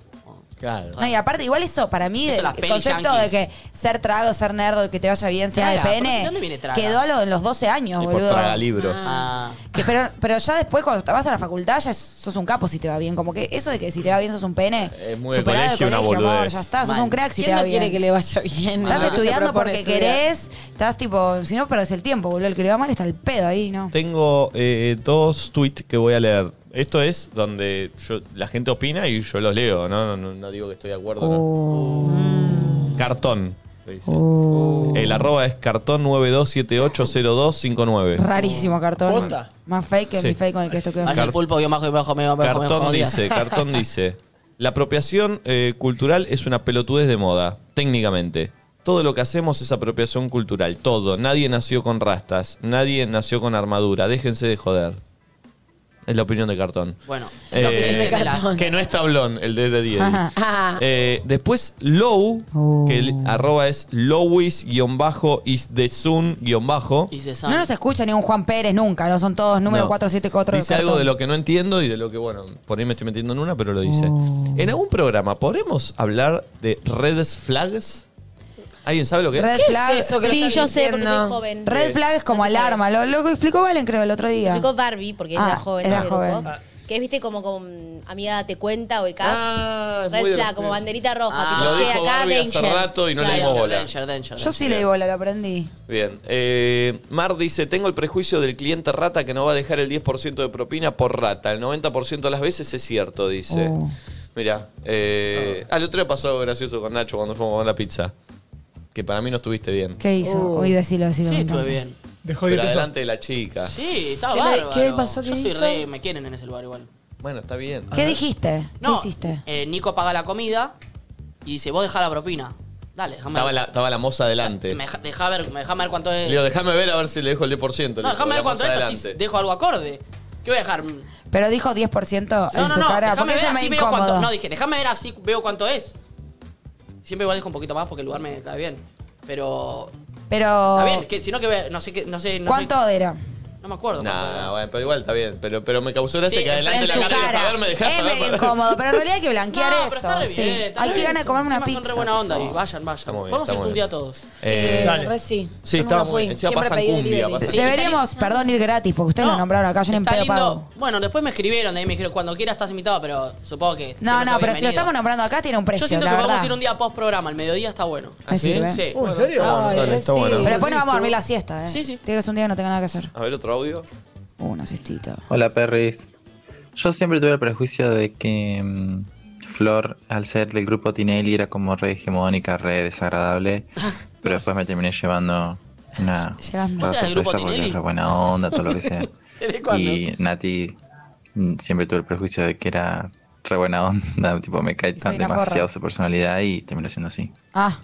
Claro. No, y aparte, igual eso para mí, Eso las el pelis concepto yanquis. de que ser trago, ser nerdo, que te vaya bien, sea Traga, de ¿por pene, qué- dónde viene traga? quedó a lo- en los 12 años, Y por boludo. tragalibros. Ah. Que, pero, pero ya después, cuando te vas a la facultad, ya es- sos un capo si te va bien. Como que eso de que si te va bien sos un pene, Es Eh, muy de superá el colegio, una amor, boludez. ya está, sos Mal. un crack si ¿Quién te va no bien. quiere que le vaya bien? Estás Ah, que se estudiando propone porque estudiar. querés, estás tipo, si no perdés el tiempo, boludo. El que le va mal está el pedo ahí, ¿no? Tengo eh, dos tweets que voy a leer. Esto es donde yo- la gente opina y yo los leo, ¿no? No, no- no digo que estoy de acuerdo. ¿no? Cartón. le dice. El arroba es cartón 92780259. Rarísimo cartón. Más fake que Sí. mi fake con el que esto quedó. Car- El pulpo guión bajo y bajo medio bajo, medio Cartón jodida. dice, Cartón dice, la apropiación eh, cultural es una pelotudez de moda, técnicamente. Todo lo que hacemos es apropiación cultural, todo. Nadie nació con rastas, nadie nació con armadura, déjense de joder. Es la opinión de Cartón. Bueno, Eh, lo que dice Cartón. que no es tablón, el de, de Diego. Ajá. Eh, después Low, que el arroba es lowis-isdesun-bajo. No nos escucha ningún Juan Pérez nunca, no son todos número No. 474 Dice cartón. algo de lo que no entiendo y de lo que, bueno, por ahí me estoy metiendo en una, pero lo dice. Oh. En algún programa, ¿podremos hablar de redes flags? ¿Alguien sabe lo que Red es? flag. Sí, yo sé, porque soy joven. Red flag es como alarma. Lo, lo que explicó Valen, creo, el otro día. Explicó Barbie, porque Ah, es la joven. es la del grupo, joven. Que es, viste, como con amiga te cuenta o de Ah, Red muy de flag, los como pibes. banderita roja. Ah. tipo, Lo che, dijo acá Barbie hace danger. rato y no le Claro. dimos bola. Danger, danger. Yo sí le di bola, lo aprendí. Bien. Eh, Mar dice, tengo el prejuicio del cliente rata que no va a dejar el 10% de propina por rata. El 90% de las veces es cierto, dice. Oh. Mira, eh, al otro día pasó algo gracioso con Nacho cuando fuimos a comer la pizza. Que para mí no estuviste bien. ¿Qué hizo? Oh. Hoy decilo, decilo. Uh. Sí, contame. estuve bien. Pero adelante de la chica. Sí, estaba ¿Qué le- bárbaro. qué pasó, Yo qué soy hizo? re, me quieren en ese lugar igual. Bueno, está bien. ¿Qué dijiste? ¿Qué No. hiciste? Eh, Nico paga la comida y dice, vos dejá la propina. Dale, déjame Estaba la, estaba la moza adelante. me deja- dejá ver, me dejame ver cuánto es. Le digo, déjame ver a ver si le dejo el 10%. Eh, no, déjame ver cuánto es, así dejo algo acorde. ¿Qué voy a dejar? No, Pero dijo 10% en no, su no, cara. déjame Porque ver eso me así veo cuánto. incómodo. No, dije, déjame ver así veo cuánto es. Siempre igual dejo un poquito más porque el lugar me cae bien. Pero. Pero. Está bien, que, si no que ve- no sé qué, no sé, no Oh. ¿Cuánto sé- era? no me acuerdo. No, no, bueno, pero igual está bien. Pero, pero me causó gracia Sí, que adelante en la su carta cara. de pagar me dejás Es saber. medio para- Incómodo, pero en realidad hay que blanquear No, eso. pero está re sí. bien, está hay re que bien. ganas de comerme una Encima pizza. son re buena onda y vayan, vayan. muy bien, Vamos a está ir muy un bien. día todos. Eh, Dale. re sí. Sí, estaba muy bien. Encima pasan cumbia. pasan- Deberíamos, perdón, ir gratis, porque ustedes lo nombraron acá, yo ni en Está pedo lindo. pago. Bueno, después me escribieron de ahí, me dijeron, cuando quieras estás invitado, pero supongo que. No, siempre sos no, pero si lo bienvenido. estamos nombrando acá tiene un precio, Yo siento la que verdad. vamos a ir un día post programa, al mediodía está bueno. Me sirve. Sí. Oh, ¿en serio? Bueno, Ay, está bueno, está sí. bueno. Pero después nos vamos a dormir la siesta, ¿eh? Sí, sí. Te digo que es un día que no tenga nada que hacer. Uh, A ver, otro audio. Una cestita. Hola Perris. Yo siempre tuve el prejuicio de que mm, Flor, al ser del grupo Tinelli, era como re hegemónica, re desagradable. Pero después me terminé llevando una Llevando. una ¿No será el grupo sorpresa porque Tinelli? es re buena onda, todo lo que sea. ¿Desde cuándo? Y Nati mm, siempre tuve el prejuicio de que era re buena onda, tipo me cae tan una forra. demasiado su personalidad y terminó siendo así. Ah.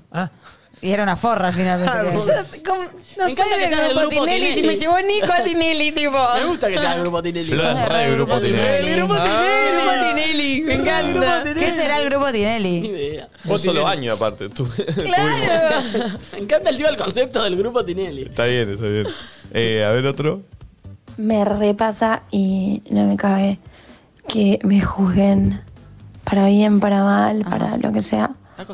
Y era una forra al final. Ah, Yo, como, no sé encanta que del seas del grupo, grupo Tinelli, Tinelli. si me llevó Nico a Tinelli, tipo. Me gusta que sea el grupo Tinelli. Flor es re grupo Tinelli. El grupo Tinelli, me encanta. ¿Qué será el grupo Tinelli? Un solo año aparte. tú- Me encanta el el concepto del grupo Tinelli. está bien, está bien. Eh, a ver, otro. Me repasa y no me cabe que me juzguen para bien, para mal, para lo que sea,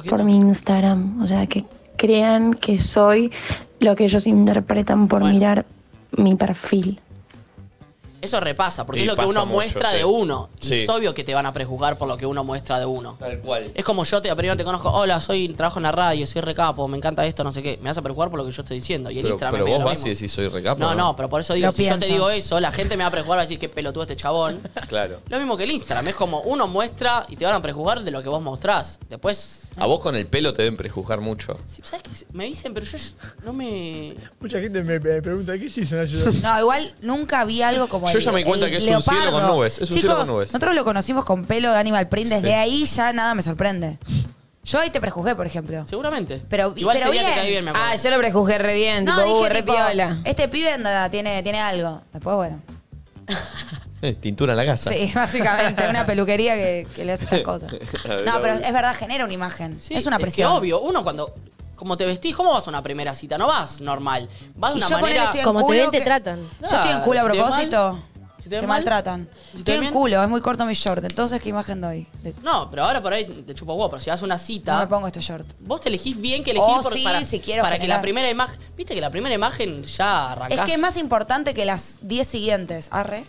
por mi Instagram. O sea, que crean que soy lo que ellos interpretan por mirar mi perfil. Eso repasa, porque Y es lo que pasa uno mucho, muestra sí. de uno. Y Sí. es obvio que te van a prejuzgar por lo que uno muestra de uno. Tal cual. Es como yo te, primero te conozco, hola, soy trabajo en la radio, soy recapo, me encanta esto, no sé qué. Me vas a prejuzgar por lo que yo estoy diciendo. Y el Pero, Instagram pero me vos lo vas mismo. y decís soy recapo. No, no, pero por eso digo, Lo si yo te pienso. digo eso, la gente me va a prejuzgar, va a decir que pelotudo este chabón. Claro. Lo mismo que el Instagram, es como uno muestra y te van a prejuzgar de lo que vos mostrás. Después, A vos con el pelo te deben prejuzgar mucho. ¿sabes qué? Me dicen, pero yo no me. Mucha gente me me pregunta, ¿qué se hizo en ayuda? No, igual nunca vi algo como Yo el- ya me di cuenta el que es un cielo leopardo. con nubes, es un cielo Chicos, con nubes. Nosotros lo conocimos con pelo de Animal Print, desde Sí. ahí ya nada me sorprende. Yo ahí te prejuzgué, por ejemplo. Seguramente. Pero, Igual pero ese día te caí bien, me acuerdo. Ah, yo lo prejuzgué re bien, No, tipo, uh, dije, re tipo, piola. este pibe anda, tiene, tiene algo. Después, bueno. Eh, tintura en la casa. Sí, básicamente, una peluquería que, que le hace estas cosas. No, pero es verdad, genera una imagen. Sí, es una que presión. obvio, uno cuando. Como te vestís, ¿cómo vas a una primera cita? No vas normal. Vas de Y una yo ponele, manera. estoy en Como te culo ven, te que- tratan. Yo estoy en culo a propósito. te te mal, maltratan. si te estoy en bien. culo, es muy corto mi short. Entonces, ¿qué imagen doy? De- No, pero ahora por ahí te chupa huevo, pero si vas a una cita. no me pongo este short. Vos te elegís bien que elegís Oh, por- sí, para, si quiero para que la generar. primera imagen. Viste que la primera imagen ya arrancás. Es que es más importante que las 10 siguientes. Arre.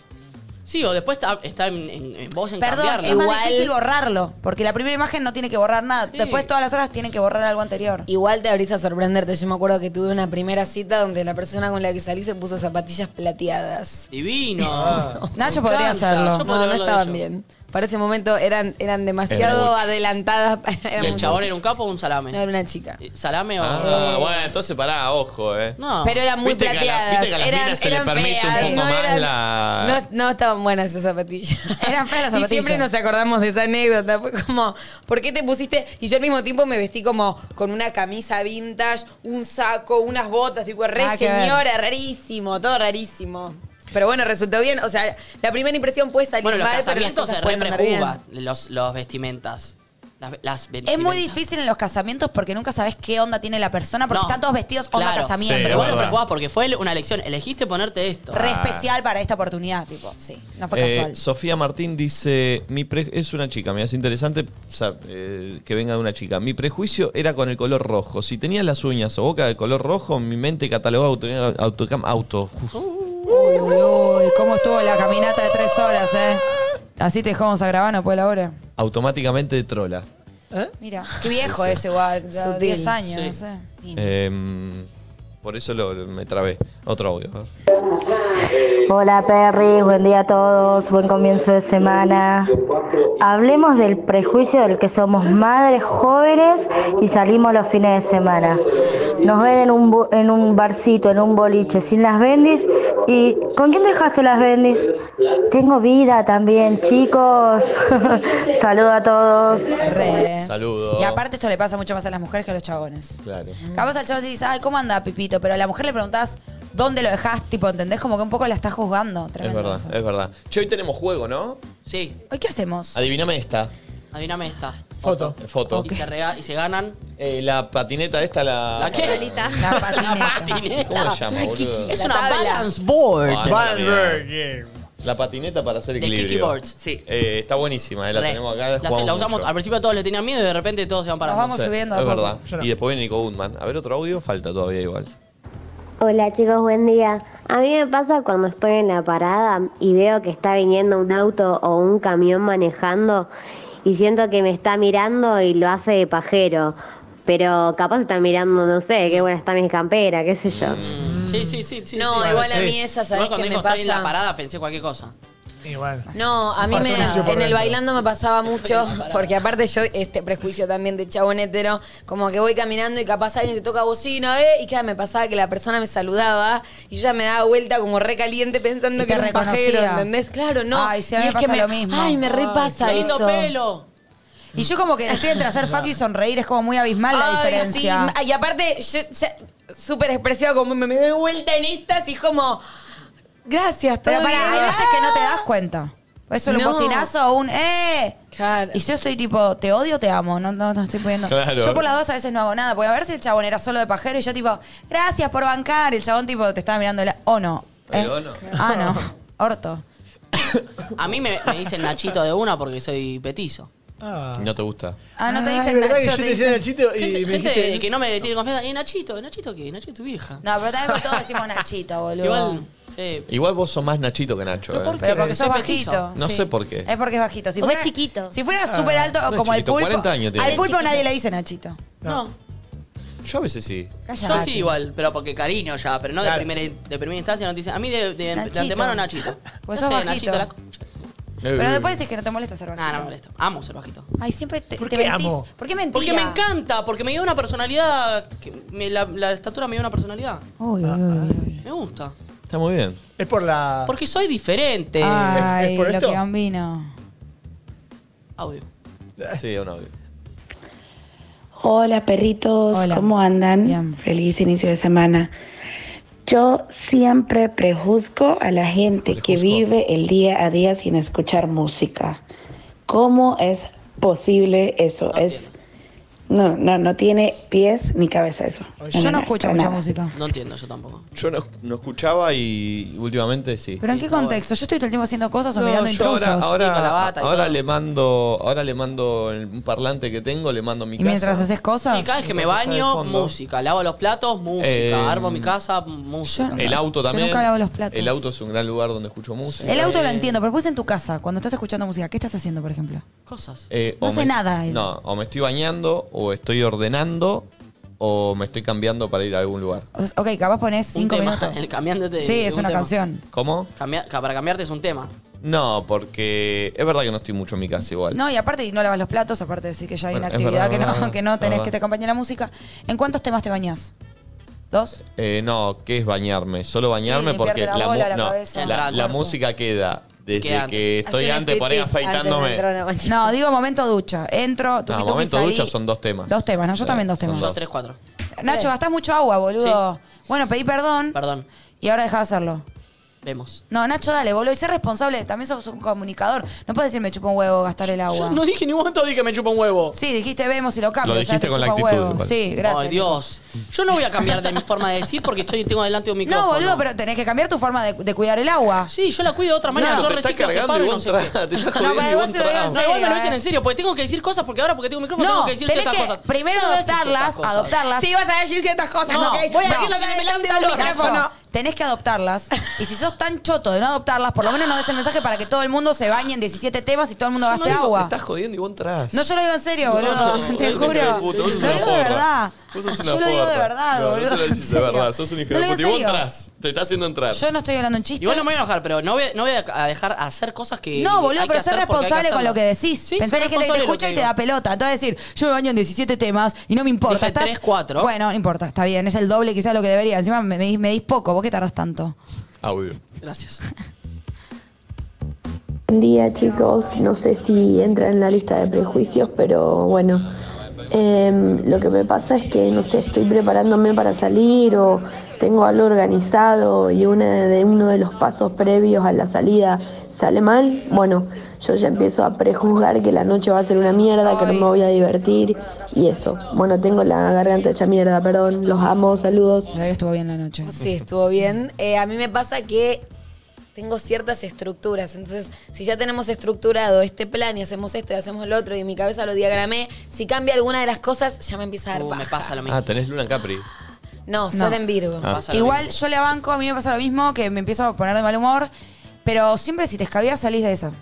Sí, o después está, está en, en- en vos en Perdón, cambiarla. es más difícil borrarlo. Porque la primera imagen no tiene que borrar nada. Después todas las horas tienen que borrar algo anterior. Igual te abrís a sorprenderte. Yo me acuerdo que tuve una primera cita donde la persona con la que salí se puso zapatillas plateadas. Divino. Ah. Nacho Me podría encanta, yo hacerlo. podría No, no haberlo estaban hecho. bien. Para ese momento eran, eran Era demasiado mucho. adelantadas. ¿Y el chabón era un capo o un salame? Eh, No, era una chica. ¿Salame o.? eh, Ah, bueno, entonces pará, ojo, eh. Oh. No. Pero eran muy Viste que a la- plateadas. viste que a las eran, minas se le eran permite un feas, poco no más eran- la- No, no estaban buenas esas zapatillas. Eran feas las Y zapatillas. siempre nos acordamos de esa anécdota. Fue como, ¿por qué te pusiste? Y yo al mismo tiempo me vestí como con una camisa vintage, un saco, unas botas, tipo re Nada que ver. señora, rarísimo, todo rarísimo. Pero bueno, resultó bien. O sea, la primera impresión puede salir Bueno, los mal, pero las casamientos cosas se re pueden andar bien. prejuga, los, los vestimentas. Las, las Es muy vestimentas. difícil en los casamientos porque nunca sabes qué onda tiene la persona porque No. están todos vestidos onda Claro. casamiento. pero vos lo prejugás porque fue una elección. Elegiste ponerte esto. Re especial para esta oportunidad, tipo, sí. No fue Eh, casual. Sofía Martín dice, mi pre- es una chica, me hace interesante sa- eh, que venga de una chica. Mi prejuicio era con el color rojo. Si tenías las uñas o boca de color rojo, mi mente catalogaba auto, autocam- auto. Uy, uy, uy, cómo estuvo la caminata de tres horas, ¿eh? Así te dejamos a grabar, no puede la hora. automáticamente de trola. Mira, qué viejo es igual, ya Sutil. 10 años, Sí. no sé. Em, Eh, por eso lo- lo- me trabé. Otro audio. a ver. Hola Perry, buen día a todos, buen comienzo de semana. Hablemos del prejuicio del que somos madres jóvenes y salimos los fines de semana. Nos ven en un, bu- en un barcito, en un boliche, sin las bendis. ¿Y con quién dejaste las bendis? Tengo vida también, chicos. Saludo a todos. Eh, Saludos. Y aparte esto le pasa mucho más a las mujeres que a los chabones. Claro. Capaz al chabón dice, ay, ¿cómo anda Pipito? Pero a la mujer le preguntás dónde lo dejás, tipo, ¿entendés? Como que un poco la estás juzgando. Es Tremendo verdad, eso. es verdad. Che, hoy tenemos juego, ¿no? Sí. ¿Hoy qué hacemos? Adiviname esta. Adiviname esta. Foto. Foto. Y, se rega- y se ganan. Eh, la patineta esta, la... ¿La qué? La patineta. ¿Cómo se llama, boludo? Es La una tabla. balance board. Ah, no, mira. La patineta para hacer De equilibrio. kickboards, sí. Eh, está buenísima, eh, la Re. tenemos acá. La, jugamos la usamos, mucho. al principio todos le tenían miedo y de repente todos se van para Sí, Es verdad. Y después viene Nico Goodman. A ver, otro audio. Falta todavía igual. Hola chicos, buen día. A mí me pasa cuando estoy en la parada y veo que está viniendo un auto o un camión manejando y siento que me está mirando y lo hace de pajero. Pero capaz está mirando, no sé, qué buena está mi campera, qué sé yo. Mm. Sí, sí, sí, sí. Mm. No, sí, igual sí. a mí esa, ¿sabés Igual cuando qué me dijo estoy en pasa? la parada pensé cualquier cosa. Igual. No, a mí me, Fascinado. en el bailando me pasaba mucho, porque aparte yo, este prejuicio también de chabón hetero, como que voy caminando y capaz alguien te toca bocina, ¿eh? Y claro, me pasaba que la persona me saludaba y yo ya me daba vuelta como re caliente pensando que era un pajero, reconocía. ¿entendés? Claro, no. Ay, sí, a mí Y me es que pasa lo mismo. Ay, me repasa Ay, qué eso. lindo pelo. Y yo como que estoy entre hacer fuck y sonreír, es como muy abismal la Ay, diferencia. sí. Ay, Y aparte, yo ya, súper expresiva, como me, me doy vuelta en estas y es como, gracias, todo Pero pará, bien. hay veces que no te das cuenta. Es solo No. un bocinazo o un ¡eh! Y yo estoy tipo, ¿te odio o te amo? No, no, no estoy pudiendo. Claro. Yo por las dos a veces no hago nada, porque a ver si el chabón era solo de pajero y yo tipo, gracias por bancar. Y el chabón tipo te estaba mirando la. O no. ¿eh? Pero no. Ah, no. Orto. A mí me, me dicen Nachito de una porque soy petizo. No te gusta. Ah, no te Ah, dicen es verdad que yo Nacho, te te decía dicen- Nachito y Gente, me gente dijiste- que no me tiene confianza. ¿Y Nachito? ¿Nachito qué? ¿Nachito es tu vieja? No, pero también todos decimos Nachito, boludo. Igual, sí. Igual vos sos más Nachito que Nacho. eh. Pero porque sos bajito. No sí. sé por qué. Es porque es bajito. Si Porque fuera, es chiquito. Si fuera Ah. súper alto, No es como el chiquito, pulpo. 40 años tiene. al pulpo nadie le dice Nachito. No. Yo a veces sí. Cállate. Yo sí igual, pero porque cariño ya, pero no de, primera, de primera instancia no te dicen. A mí de, de- de Nachito. antemano Nachito. Pues No sos sé, bajito. Nachito la- Eh, Pero después dices que no te molesta ser bajito. No, no me molesta. Amo ser bajito. Ay, siempre te, ¿Por te qué mentís. amo? ¿Por qué mentira? Porque me encanta, porque me dio una personalidad. que me- la, la estatura me dio una personalidad. Uy, uy, uy, uy. Me gusta. Está muy bien. Es por la. Porque soy Ah, diferente. Ay, lo que gambino. Audio. Sí, un audio. Hola perritos, ¿cómo andan? Feliz inicio de semana. Yo siempre prejuzgo a la gente que vive el día a día sin escuchar música. ¿Cómo es posible eso? es no, no, no tiene pies ni cabeza eso. para nada. música. No entiendo, yo tampoco. Yo no, no escuchaba y últimamente sí. ¿Pero en qué contexto? Yo estoy todo el tiempo haciendo cosas o No, mirando yo intrusos. ahora, ahora, con la bata y ahora todo. le mando, ahora le mando el- un parlante que tengo, le mando a mi Y mientras casa. haces cosas. Y cada vez que me Entonces está de baño, fondo. música. Lavo los platos, música. Eh, Armo mi casa, música. El auto también. nunca lavo los platos. El auto es un gran lugar donde escucho música. El auto lo entiendo, pero pues en tu casa, cuando estás escuchando música, ¿qué estás haciendo, por ejemplo? Cosas. Eh, No o hace nada él. No, o me estoy bañando, o estoy ordenando, o me estoy cambiando para ir a algún lugar. O- Ok, capaz ponés Un cinco tema, minutos. el cambiándote de- Sí, de es un una tema. canción. ¿Cómo? Cambia- ca- para cambiarte es un tema. No, porque es verdad que no estoy mucho en mi casa igual. No, y aparte no lavas los platos, aparte de decir que ya hay Bueno, una es actividad verdad, que, no, verdad, que no tenés verdad. que te acompañe la música. ¿En cuántos temas te bañás? ¿Dos? Eh, no, ¿qué es bañarme? Solo bañarme Sí, porque limpiarte la la, bola, mu- la no, cabeza. la- Entrar al la cuerpo. música queda desde Queda antes. que estoy antes por ahí afeitándome. No, digo momento ducha. Entro, tuqui, No, tuqui, momento salí. ducha son dos temas. Dos temas, ¿no? Yo Sí, también dos son temas. dos. Tres, cuatro. Nacho, gastás mucho agua, boludo. Bueno, pedí perdón Perdón, y ahora dejá de hacerlo. vemos. No, Nacho, dale, boludo. Y ser responsable. También sos un comunicador. No puedes decir me chupa un huevo gastar el agua. Yo no dije en ningún momento dije me chupa un huevo. Sí, dijiste vemos y lo cambio. Lo o sea, dijiste te con la chupa un actitud, huevo. igual. Sí, gracias. Ay, Dios. Yo no voy a cambiar de mi forma de decir porque estoy tengo delante un No, micrófono. boludo, pero tenés que cambiar tu forma de, de cuidar el agua. Sí, yo la cuido de otra manera. No. yo Te está reciclo, cargando separo y y no vos sé tra- qué. te está No, jodiendo pero y vos vos se lo digo en tra- Ah, No, igual me lo dicen serio, eh. en serio, porque tengo que decir cosas porque ahora porque tengo un micrófono No, tengo que decir tenés ciertas que cosas. primero Yo no voy a decir adoptarlas, ciertas cosas. adoptarlas. Sí, vas a decir ciertas cosas, No, ¿ok? voy a No. decirlo delante del Nacho, micrófono. Tenés que adoptarlas. Y si sos tan choto de no adoptarlas, por lo menos no des el mensaje para que todo el mundo se bañe en 17 temas y todo el mundo No gaste digo, me agua. estás jodiendo y vos entrás. No, yo lo digo en serio, No, boludo. no, te no, no, juro. puto, lo vos sos una digo de forra. verdad. Vos sos una Yo lo digo de forra. verdad, No, boludo, no se lo en decís de serio. verdad. Sos un hijo No de lo digo puta. Y en serio. vos entras. Te está haciendo entrar. Yo no estoy hablando en chiste. Igual no me voy a enojar, pero no voy, a- no voy a dejar hacer cosas que. No, boludo, hay que pero ser hacer porque hay responsable con hacerlo. lo que decís. Sí, soy Pensá que hay gente que te responsable de lo escucha que y te da digo. pelota. Entonces decir, yo me baño en 17 temas y no me importa. Dije estás... tres, cuatro. Bueno, no importa, está bien. Es el doble quizás de lo que debería. Encima me, me dis- me dis poco. ¿Vos qué tardás tanto? Audio. Gracias. Buen día chicos, no sé si entra en la lista de prejuicios, pero bueno, em, lo que me pasa es que no sé, estoy preparándome para salir o tengo algo organizado y una de uno de los pasos previos a la salida sale mal, bueno, yo ya empiezo a prejuzgar que la noche va a ser una mierda, que no me voy a divertir y eso. Bueno, tengo la garganta hecha mierda, perdón, los amo, saludos. Sabía que estuvo bien la noche. Sí, estuvo bien. Eh, a mí me pasa que tengo ciertas estructuras. Entonces, si ya tenemos estructurado este plan y hacemos esto y hacemos lo otro y en mi cabeza lo diagramé, si cambia alguna de las cosas, ya Uh, me empieza a dar Uh, paja. Ah, tenés Luna en Capri. No, solo en Virgo. Ah. Pasa lo Igual yo la banco, a mí me pasa lo mismo, que me empiezo a poner de mal humor. Pero siempre si te escabías salís de esa.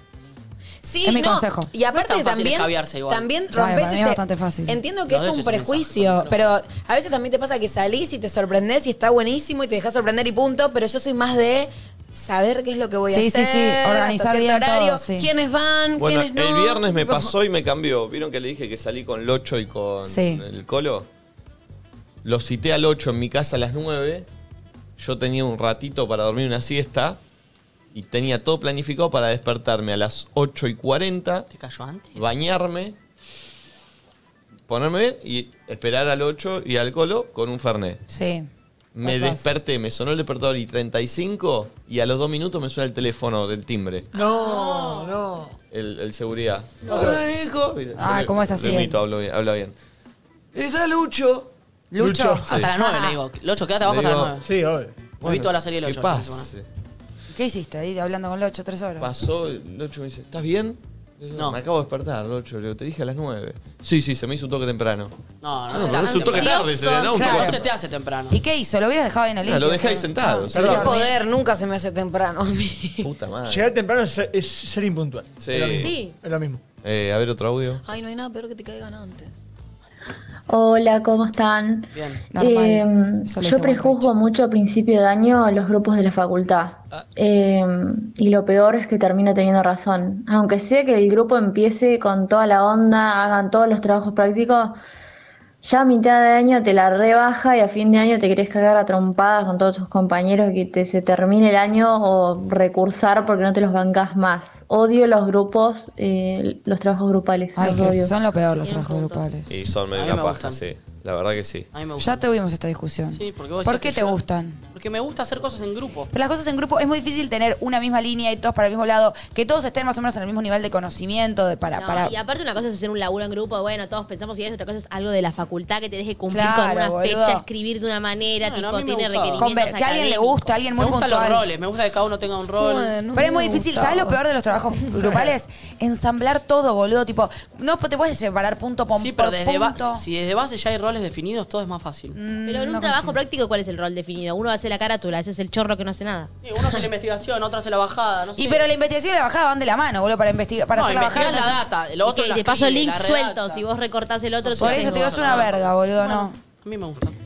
Sí, Es mi no. consejo. Y aparte No es tan fácil también, escabiarse igual. también No, para rompes mí es ese- bastante fácil. Entiendo que Los es dos un es un prejuicio, pero a veces también te pasa que salís y te sorprendés y está buenísimo y te dejas sorprender y punto, pero yo soy más de saber qué es lo que voy a Sí, sí, hacer. sí, organizar hasta cierto bien todo, horario, sí. quiénes van, Bueno, quiénes no. el viernes me pasó y me cambió. ¿Vieron que le dije que salí con Locho y con Sí. el Colo? Lo cité al 8 en mi casa a las 9. Yo tenía un ratito para dormir una siesta. Y tenía todo planificado para despertarme a las 8 y 40. ¿Te cayó antes? Bañarme. Ponerme bien y esperar al 8 y al Colo con un Fernet. Sí. Me Capaz. desperté, me sonó el despertador y 35 y a los dos minutos me suena el teléfono del timbre. No, no. El, el seguridad. Ay, hijo. Ah, Yo ¿cómo le- es así él? le imito, hablo bien. habla bien. Está Lucho. Lucho. Lucho. Hasta Sí. las 9 le digo. Lucho, quédate abajo Le hasta las digo, 9. Sí, obvio. Vi toda la serie del ¿Qué 8. pasa? ¿Qué hiciste ahí hablando con Locho tres horas? Pasó, el 8 me dice, ¿estás bien? Le digo, Me acabo de despertar, Locho. Le digo, te dije a las 9. Sí, sí, se me hizo un toque temprano. No, no, Ah, se te no, hace es un toque temprano. tarde, se le da un toque. No se te hace temprano. ¿Y qué hizo? ¿Lo hubieras dejado ahí en el Ah, lo limpio? dejé ahí sentado. sí. Qué poder, nunca se me hace temprano a mí. Puta madre. Llegar temprano es ser, es ser impuntual. Ah. Sí. Es lo mismo. Sí. Es lo mismo. Eh, a ver otro audio. Ay, no hay nada peor que te caigan antes. Hola, ¿cómo están? normal. Eh, Eso lo yo hacemos prejuzgo mucho a principio de año a los grupos de la facultad. Ah. Eh, y lo peor es que termino teniendo razón. Aunque sea que el grupo empiece con toda la onda, hagan todos los trabajos prácticos, ya a mitad de año te la rebaja y a fin de año te querés cagar a trompadas con todos tus compañeros y que te, se termine el año o recursar porque no te los bancás más. Odio los grupos, eh, los trabajos grupales. Ay, los que odio. son lo peor los trabajos grupales. Y son A medio mí me una paja, sí. La verdad que sí. Ya tuvimos esta discusión. Sí, porque vos ¿Por decías qué que te yo- gustan? Porque me gusta hacer cosas en grupo. Pero las cosas en grupo es muy difícil tener una misma línea y todos para el mismo lado, que todos estén más o menos en el mismo nivel de conocimiento, de para, No, para. Y aparte una cosa es hacer un laburo en grupo, bueno, todos pensamos y eso, otra cosa es algo de la facultad que tenés que cumplir Claro, con una boludo. fecha, escribir de una manera, Bueno, a tipo, mí me tiene gustaba. requerimientos Conver- que a alguien le académicos. gusta, a alguien muy me gustan los puntual. roles, me gusta que cada uno tenga un rol. Pero es muy difícil. ¿Sabes lo peor de los trabajos grupales? Ensamblar todo, boludo. Tipo, no te puedes separar punto por Sí, pero por desde ba- punto. si desde base ya hay roles definidos, todo es más fácil. Pero en un no trabajo práctico, ¿cuál es el rol definido? Uno hace la carátula, ese es el chorro que no hace nada. Sí, uno hace la investigación, otro hace la bajada, no sé. Y pero la investigación y la bajada van de la mano, boludo, para investigar, para No, hacer la bajada. investigar la entonces- data, lo otro Y que la te paso escribe, links la redacta. sueltos, si vos recortás el otro, Por haces eso te vos. digo, es una verga, boludo, no. A mí me gusta.